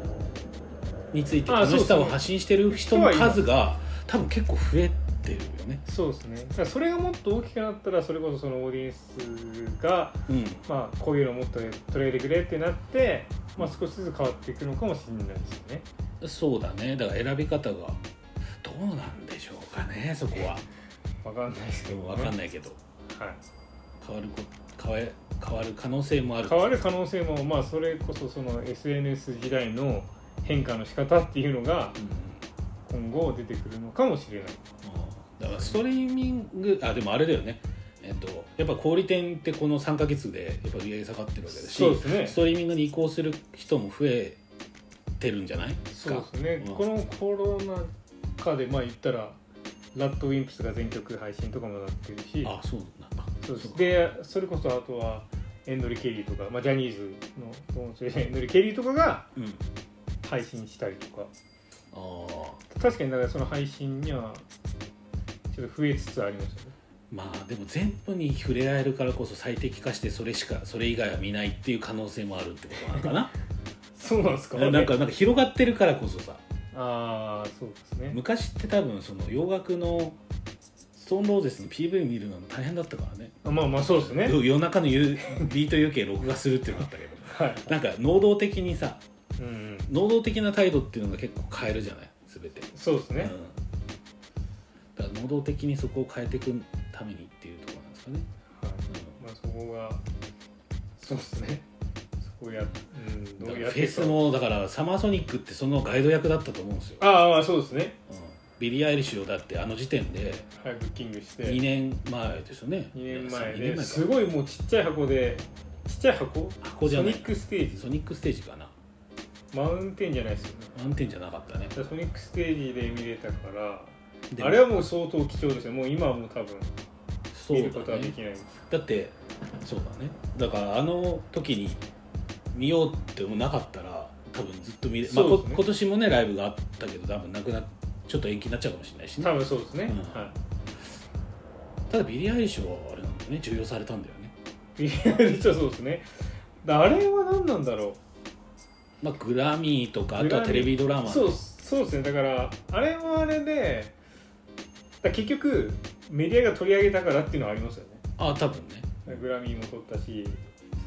A: について
B: あ
A: 楽
B: そう
A: し
B: そう
A: さを発信してる人の数が多分結構増えてるよね
B: そうですねだからそれがもっと大きくなったらそれこそそのオーディエンスが、
A: うん
B: まあ、こういうのをもっと取り入れてくれってなって、まあ、少しずつ変わっていくのかもしれないですよね
A: そうだねだから選び方がどうなんでしょうかねそこは
B: わかんないですけ
A: で
B: ど、
A: も
B: ね、
A: 分かん
B: い、
A: ないけど
B: はい、
A: 変わるこ変わ変わる可能性もある
B: 変わる可能性もまあそれこそその SNS 時代の変化の仕方っていうのが
A: うん
B: 今後出てくるのかもしれない
A: だからストリーミングあでもあれだよねえっとやっぱ小売店ってこの3か月でやっぱ売り上げ下がってるわけだし
B: そうですね
A: ストリーミングに移行する人も増えてるんじゃないです
B: そう
A: か
B: ですね、
A: うん
B: このコロナ禍でまあ言ったらラッドウィンプスが全曲配信とかもなってるし
A: あそうなんだ
B: そうですでそれこそあとはエンドリケリーとか、まあ、ジャニーズの音声エンドリケリーとかが
A: うん
B: 配信したりとか
A: あー
B: 確かにだからその配信にはちょっと増えつつありますよね
A: まあでも全部に触れ合えるからこそ最適化してそれしかそれ以外は見ないっていう可能性もあるってことなの かな
B: そうなんですか
A: なんかなんか広がってるからこそさ
B: ああそうですね
A: 昔って多分その洋楽のストーンローゼスの PV 見るの大変だったからね
B: あまあまあそうですね
A: 夜夜中のゆビート UK 録画するっていうのがあったけど
B: はい
A: なんか能動的にさ
B: うんうん
A: 能動的な態度っていうのが結構変えるじゃない全て、
B: そうです
A: うん、だ
B: ね
A: から能動的にそこを変えていくためにっていうところなんですかね、
B: はいまあそこがそうですねそこやうん
A: うん、
B: ど
A: だ
B: う
A: か
B: や
A: ら
B: っ
A: フェ
B: て
A: スもだからサマーソニックってそのガイド役だったと思うんですよ、
B: ああまあそうですね
A: うん、ビリー・アイリッシュをだってあの時点で
B: はいブッキングして
A: 2年前ですよね
B: 2年前
A: 2
B: で
A: 年前
B: す
A: か
B: ごいもうちっちゃい箱でちっちゃい箱
A: 箱じゃ
B: ソ
A: ない
B: ニックステー
A: ソ
B: ジ
A: ニックステージかな
B: マウンテンじゃないですよね
A: 満点じゃなかったね
B: だからソニックステージで見れたから
A: で
B: あれはもう相当貴重ですよもう今はもう多分
A: そう
B: 見
A: だ
B: る
A: ね
B: ことはできないです
A: だってそうだねだからあの時に見ようってもなかったら多分ずっと見れ、まあ
B: そうで
A: こ
B: すね
A: 今年もねライブがあったけど多分なくなっちょっと延期になっちゃうかもしれないしね
B: 多分そうですね、
A: うん
B: は
A: ただビリー・アイリッシュはあれなんだよね重要されたんだよね、
B: いいや実はそうですねだあれは何なんだろ
A: まあ、グラミーとかあ
B: グ
A: と
B: ラミ
A: は
B: ー
A: テレビドラマ
B: うそうそうですねだからあれはあれでだ結局メディアが取り上げたからっていうのはありますよね
A: あ多分ね
B: グラミーも取ったし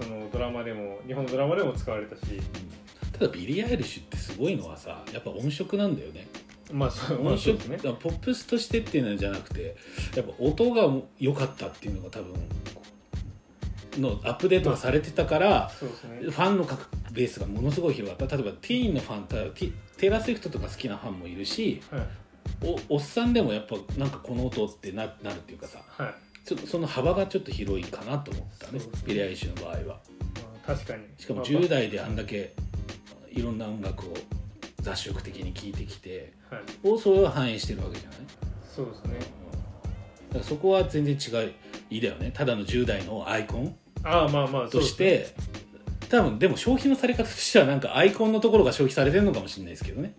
B: そのドラマでも日本のドラマでも使われたし
A: うんただビリー・アイリッシュってすごいのはさやっぱ音色なんだよね
B: まあそう面白いですね
A: だからポップスとしてっていうのじゃなくてやっぱ音が良かったっていうのが多分のアップデートがされてたから、
B: そうですね
A: ファンの各ベースがものすごい広がった例えばティーンのファンたティテイラー・スウィフトとか好きなファンもいるし
B: はい
A: おおっさんでもやっぱなんかこの音ってななるっていうかさ
B: はい、ま
A: ちょっとその幅がちょっと広いかなと思ったね
B: そうですね
A: ビリー・アイリッシュの場合は
B: あ、確かに
A: しかも
B: まあ
A: 10代であんだけいろんな音楽を雑食的に聴いてきて
B: はい
A: をそれは反映してるわけじゃない、
B: そうですね
A: うんだからそこは全然違ういいだよねただの10代のアイコン
B: ああまあまあそう
A: と
B: で
A: し
B: すね
A: て、多分でも消費のされ方としてはなんかアイコンのところが消費されてるのかもしれないですけどね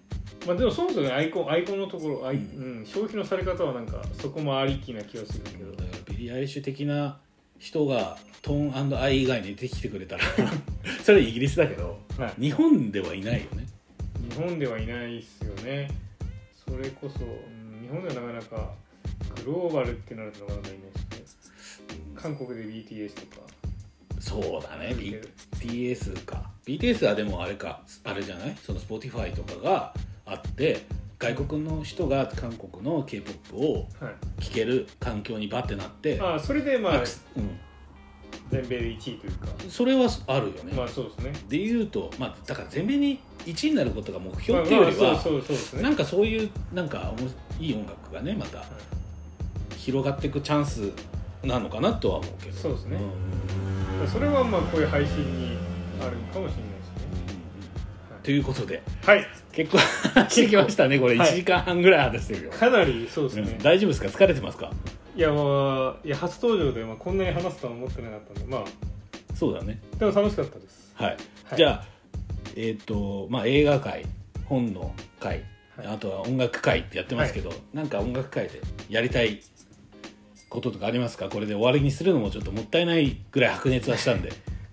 B: まあでもそもそもねアイコンアイコンのところアイ、
A: う
B: うん消費のされ方はなんかそこもありきな気がするけど
A: だからビリー・アイリッシュ的な人がトーンアイ以外に出てきてくれた らそれイギリスだけど
B: はい
A: 日本ではいないよね
B: 日本ではいないっすよねそれこそ、うん日本ではなかなかグローバルってなるとなかなかいないし、ね、韓国で BTS とか
A: そうだね
B: いける
A: BTS か BTS はでもあれかあれじゃないその Spotify とかがあって外国の人が韓国の k p o p を
B: はい
A: 聴ける環境にバッてなって
B: ああそれでま
A: ア
B: あ
A: クセう
B: 全米で1位というか
A: ん、それはあるよね、
B: まあそうですね
A: でいうと、まあ、だから全米に1位になることが目
B: ま
A: 標
B: あ
A: っていうよりは、
B: まあそうそうそうですね
A: なんかそういうなんかおもいい音楽がねまた広がっていくチャンスなのかなとは思うけど
B: そうですね
A: んうんうん
B: はいそれはまあこういう配信にあるかもしれないですね
A: ということ で
B: はい
A: 結構話してきましたねこれ
B: はい
A: 1時間半ぐらい話してるよ、
B: かなりそうです
A: う
B: ね
A: ん、大丈夫ですか疲れてますか
B: いやまあいや初登場で、まあ、こんなに話すとは思ってなかったんでまあ
A: そうだね
B: でも楽しかったです
A: はい、
B: はい
A: じゃあえっ、とまあ映画界本の会、
B: はい
A: あとは音楽会ってやってますけど、なんか音楽会でやりたいこととかありますかこれで終わりにするのもちょっともったいないぐらい白熱はしたんで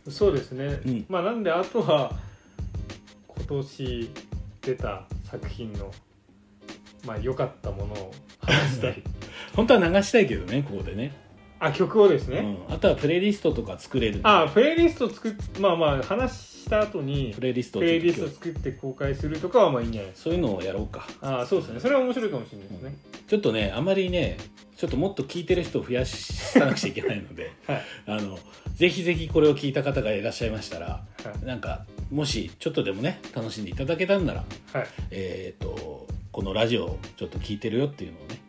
B: そうですね、
A: うん
B: まあなんであとは今年出た作品のまあ良かったものを話したい
A: 本当は流したいけどねここでね
B: あ曲をですね、
A: うん、あとはプレイリストとか作れる
B: あプレイリスト作っまあまあ話した後に
A: プレイリスト
B: プ
A: をちょっ
B: レ
A: と
B: イリスト作って公開するとかはまあいいんじゃないです
A: そういうのをやろうか
B: かあそうですねそれは面白いかもしれないですね、
A: ちょっとねあまりねちょっともっと聞いてる人を増やさなくちゃいけないので
B: はい
A: あのぜひぜひこれを聞いた方がいらっしゃいましたら
B: はい
A: なんかもしちょっとでもね楽しんでいただけたんなら
B: はい
A: えっ、とこのラジオをちょっと聞いてるよっていうのをね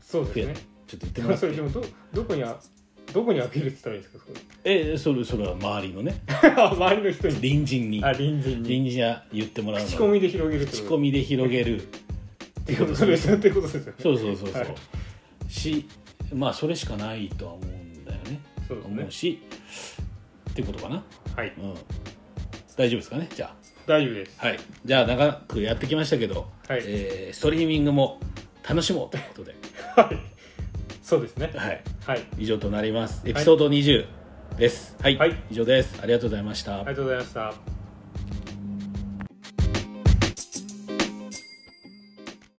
B: そうですね
A: ちょっと言って
B: で
A: もら
B: も
A: って
B: それでもどどこにあどこにアピールって言ったらいいんですかそれ
A: えそれそれは周りのね
B: あ周りの人に
A: 隣人に
B: あ隣人に
A: 隣人や言ってもらうの
B: 口コミで広げるって
A: 口
B: こ
A: コ
B: と
A: ミで広げる
B: ってことですよねってことですよね
A: そうそうそうそう、
B: はい
A: しまあそれしかないとは思うんだよね
B: そうです
A: 思
B: ね
A: うしっていうことかな、
B: はい
A: うん、大丈夫ですかねじゃ
B: 大丈夫です
A: あはいじゃあ長くやってきましたけど、
B: はい
A: えーストリーミングも楽しもうということで、
B: はいそうですね
A: はい、
B: はい
A: 以上となりますエピソード20ですはい、
B: はい
A: 以上ですありがとうございました、
B: ありがとうございました